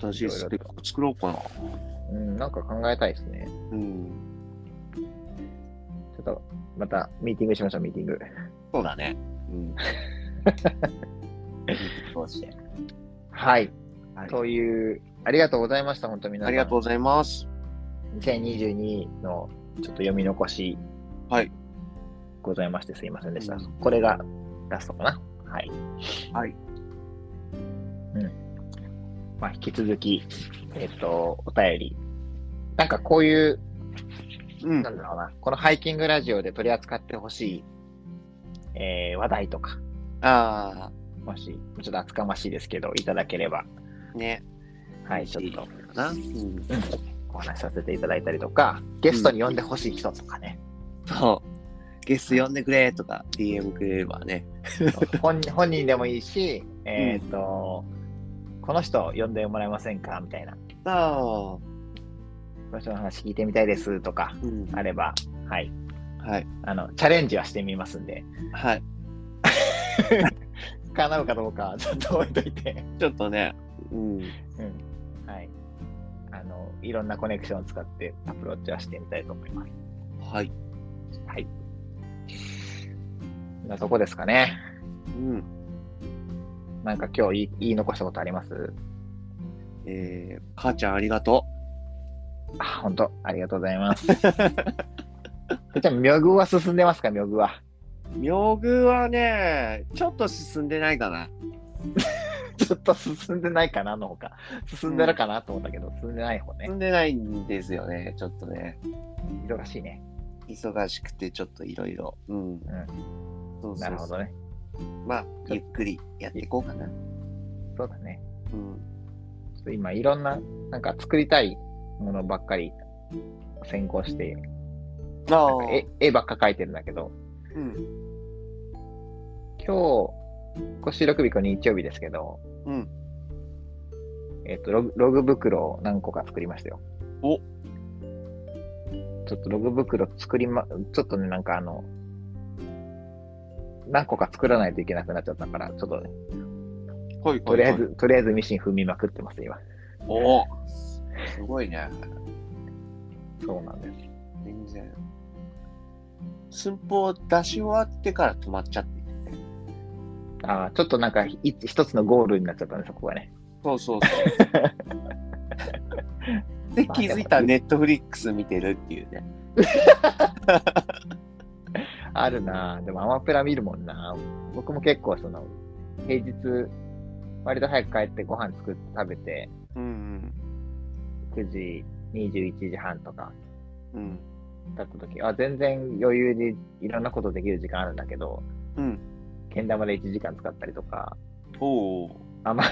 Speaker 3: 新しいスペック作ろうかな。
Speaker 2: うん、なんか考えたいですね。
Speaker 3: うん。
Speaker 2: ちょっと、また、ミーティングしましょう、ミーティング。
Speaker 3: そうだね。 うん。そうして。
Speaker 2: はい。
Speaker 3: はい
Speaker 2: という、ありがとうございました、本当皆さん。
Speaker 3: ありがとうございます。
Speaker 2: 2022のちょっと読み残し
Speaker 3: はい
Speaker 2: ございまして、すいませんでした。
Speaker 3: うん
Speaker 2: これがラストかな。はい。
Speaker 3: はい。
Speaker 2: うん。まあ、引き続き、えっと、お便り。なんかこういう、
Speaker 3: うん
Speaker 2: な。んだろうな、このハイキングラジオで取り扱ってほしい、えー話題とか、
Speaker 3: あ
Speaker 2: もし、ちょっと厚かましいですけど、いただければ、
Speaker 3: あ、ね。
Speaker 2: はい、ちょっと
Speaker 3: な。うん。
Speaker 2: お話しさせていただいたりとか、ゲストに呼んでほしい人とかね、
Speaker 3: そう。ゲスト呼んでくれとか、DM くれればね。
Speaker 2: 本人本人でもいいし、えっ、と、この人呼んでもらえませんかみたいな、こ
Speaker 3: そ
Speaker 2: の人の話聞いてみたいですとか、
Speaker 3: う。うん。
Speaker 2: あれば、はい、
Speaker 3: はい。
Speaker 2: あの、チャレンジはしてみますんで、
Speaker 3: はい。
Speaker 2: 叶うかどうか、 ちょっと置いといて、
Speaker 3: ちょっとね。うん。
Speaker 2: うん。はい。あの、いろんなコネクションを使ってアプローチはしてみたいと思います。
Speaker 3: はい。
Speaker 2: はい。そんなとこですかね。
Speaker 3: うん。
Speaker 2: なんか今日言い言い残したことあります
Speaker 3: えー、母ちゃんありがと
Speaker 2: あ、本当ありがとうございます。じゃあ、妙具は進んでますか、妙具は。
Speaker 3: う。妙具はね、ちょっと進んでないかな。
Speaker 2: ちょっと進んでないかなのほか。進んでるかなと思ったけど、進んでない方ね
Speaker 3: 進。んでないんですよね、ちょっとね。
Speaker 2: 忙しいね。
Speaker 3: 忙しくて、ちょっといろいろ。うん。そうそうそう
Speaker 2: なるほどね。
Speaker 3: まあ、ゆっくりやっていこうかな。
Speaker 2: そうだね。
Speaker 3: うん。
Speaker 2: ちょっと今、いろんな、なんか作りたいものばっかり先行して、
Speaker 3: あ
Speaker 2: なんか絵絵ばっか描いてるんだけど、
Speaker 3: うん。
Speaker 2: 今日、こう収録日、これ日曜日ですけど、
Speaker 3: うん。
Speaker 2: えっとログ、ログ袋を何個か作りましたよ。
Speaker 3: お
Speaker 2: ちょっとログ袋作りま、ちょっとね、なんかあの、何個か作らないといけなくなっちゃったから、ちょっとね、
Speaker 3: はい、
Speaker 2: とりあえ。ず、とりあえずミシン踏みまくってます、今。
Speaker 3: おお。すごいね。
Speaker 2: そうなんです。
Speaker 3: 全然。寸法を出し終わってから止まっちゃって。
Speaker 2: ああ、ちょっとなんかひ一一つのゴールになっちゃったね、そこがね。
Speaker 3: そうそうそう。で、
Speaker 2: まあ
Speaker 3: 気づいたらネットフリックス見てるっていうね。
Speaker 2: あるなぁでもアマプラ見るもんなぁ僕も結構その、平日、割と早く帰ってご飯作って食べて、
Speaker 3: うん
Speaker 2: 9時、21時半とか
Speaker 3: うん。うん。
Speaker 2: だった時、あ、全然余裕でいろんなことできる時間あるんだけど、
Speaker 3: うん。
Speaker 2: けん玉で1時間使ったりとか、
Speaker 3: おお。
Speaker 2: アマ、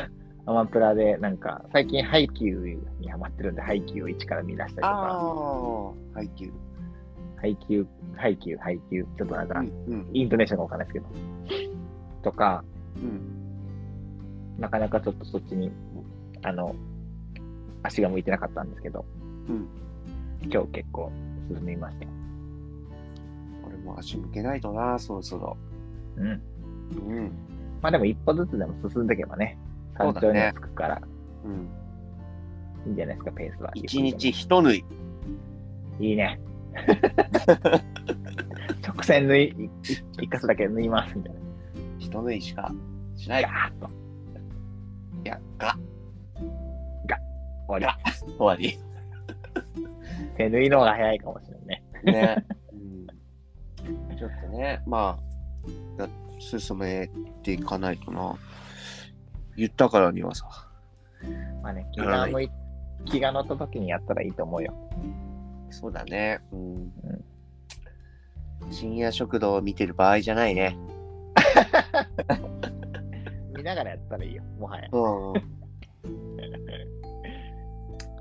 Speaker 2: アマプラでなんか、最近ハイキューにハマってるんで、ハイキューを一から見出したりと
Speaker 3: あ
Speaker 2: か、
Speaker 3: あ。配給。
Speaker 2: 配給、配給、配給、ちょっとなん
Speaker 3: う
Speaker 2: か、
Speaker 3: ん。
Speaker 2: イントネーションがわかんないですけど、とか、
Speaker 3: うん。
Speaker 2: なかなかちょっとそっちに、あの、足が向いてなかったんですけど、
Speaker 3: うん
Speaker 2: 今日結構進みました。
Speaker 3: 俺も足向けないとな、そろそろ。
Speaker 2: うん。
Speaker 3: うん。
Speaker 2: まあでも一歩ずつでも進んでいけばね、
Speaker 3: そ
Speaker 2: 山
Speaker 3: うだ
Speaker 2: 頂
Speaker 3: ね
Speaker 2: にはつくから、
Speaker 3: うん。
Speaker 2: いいんじゃないですか、ペースは。
Speaker 3: 一日一縫い。
Speaker 2: いい ね。直線縫い、い一箇所だけ縫いますみたいな。
Speaker 3: 一縫いしかしない。い
Speaker 2: ガーッと
Speaker 3: や、が、
Speaker 2: 終わ
Speaker 3: 終わり。
Speaker 2: り。手縫いの方が早いかもしれないね。
Speaker 3: ね、うん、ちょっとね、まあ、や進めていかないとな。言ったからにはさ。
Speaker 2: まあね、気が向い、気が乗った時にやったらいいと思うよ。
Speaker 3: そうだね。うん。深夜食堂を見てる場合じゃないね。
Speaker 2: 見ながらやったらいいよ、もはや。
Speaker 3: うん。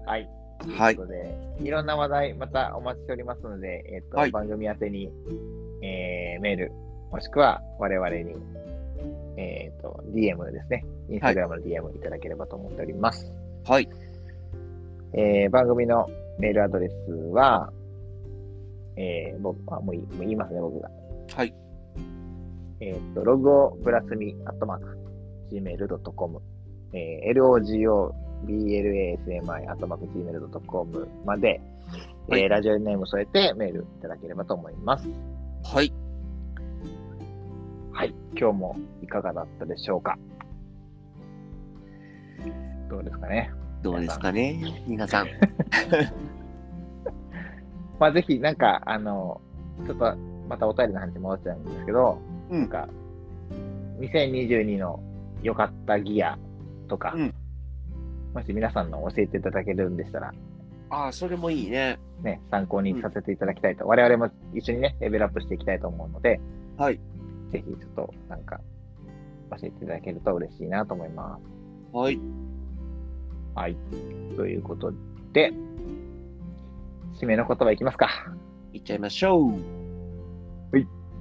Speaker 2: はい。
Speaker 3: はい
Speaker 2: と。いうことで、いろんな話題、またお待ちしておりますので、えっ、と、
Speaker 3: はい
Speaker 2: 番組宛てに、えーメール、もしくは我々に、えっ、と、DM ですね。インスタグラムの DM いただければと思っております。
Speaker 3: はい。
Speaker 2: えー番組のメールアドレスは、えー僕はもういもう言いますね、僕が。
Speaker 3: はい。
Speaker 2: えっ、と、ログをブラスミ、アットマーク、gmail.com、えー logoblasmi、アットマーク、gmail.com まで、えー
Speaker 3: はい
Speaker 2: ラジオネームを添えてメールいただければと思います。
Speaker 3: はい。
Speaker 2: はい。今日もいかがだったでしょうかどうですかね。
Speaker 3: どうですかね、皆さん。
Speaker 2: まあ、ぜひ、なんか、あの、ちょっと、またお便りの話に戻っちゃうんですけど、
Speaker 3: うん
Speaker 2: なんか、2022の良かったギアとか、
Speaker 3: うん
Speaker 2: もし皆さんの教えていただけるんでしたら、
Speaker 3: ああ、それもいいね。
Speaker 2: ね、参考にさせていただきたいと、我々も一緒にね、レベルアップしていきたいと思うので、
Speaker 3: はい。
Speaker 2: ぜひちょっとなんか、教えていただけると嬉しいなと思います。
Speaker 3: はい。
Speaker 2: はい。ということで、締めの言葉いきますか。
Speaker 3: いっちゃいましょう。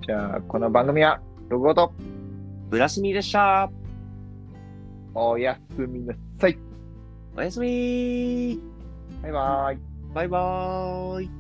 Speaker 2: じゃあ、この番組は、ログごと、
Speaker 3: ブラスミでした。
Speaker 2: おやすみなさい。
Speaker 3: おやすみ
Speaker 2: バイバーイ。
Speaker 3: バイバーイ。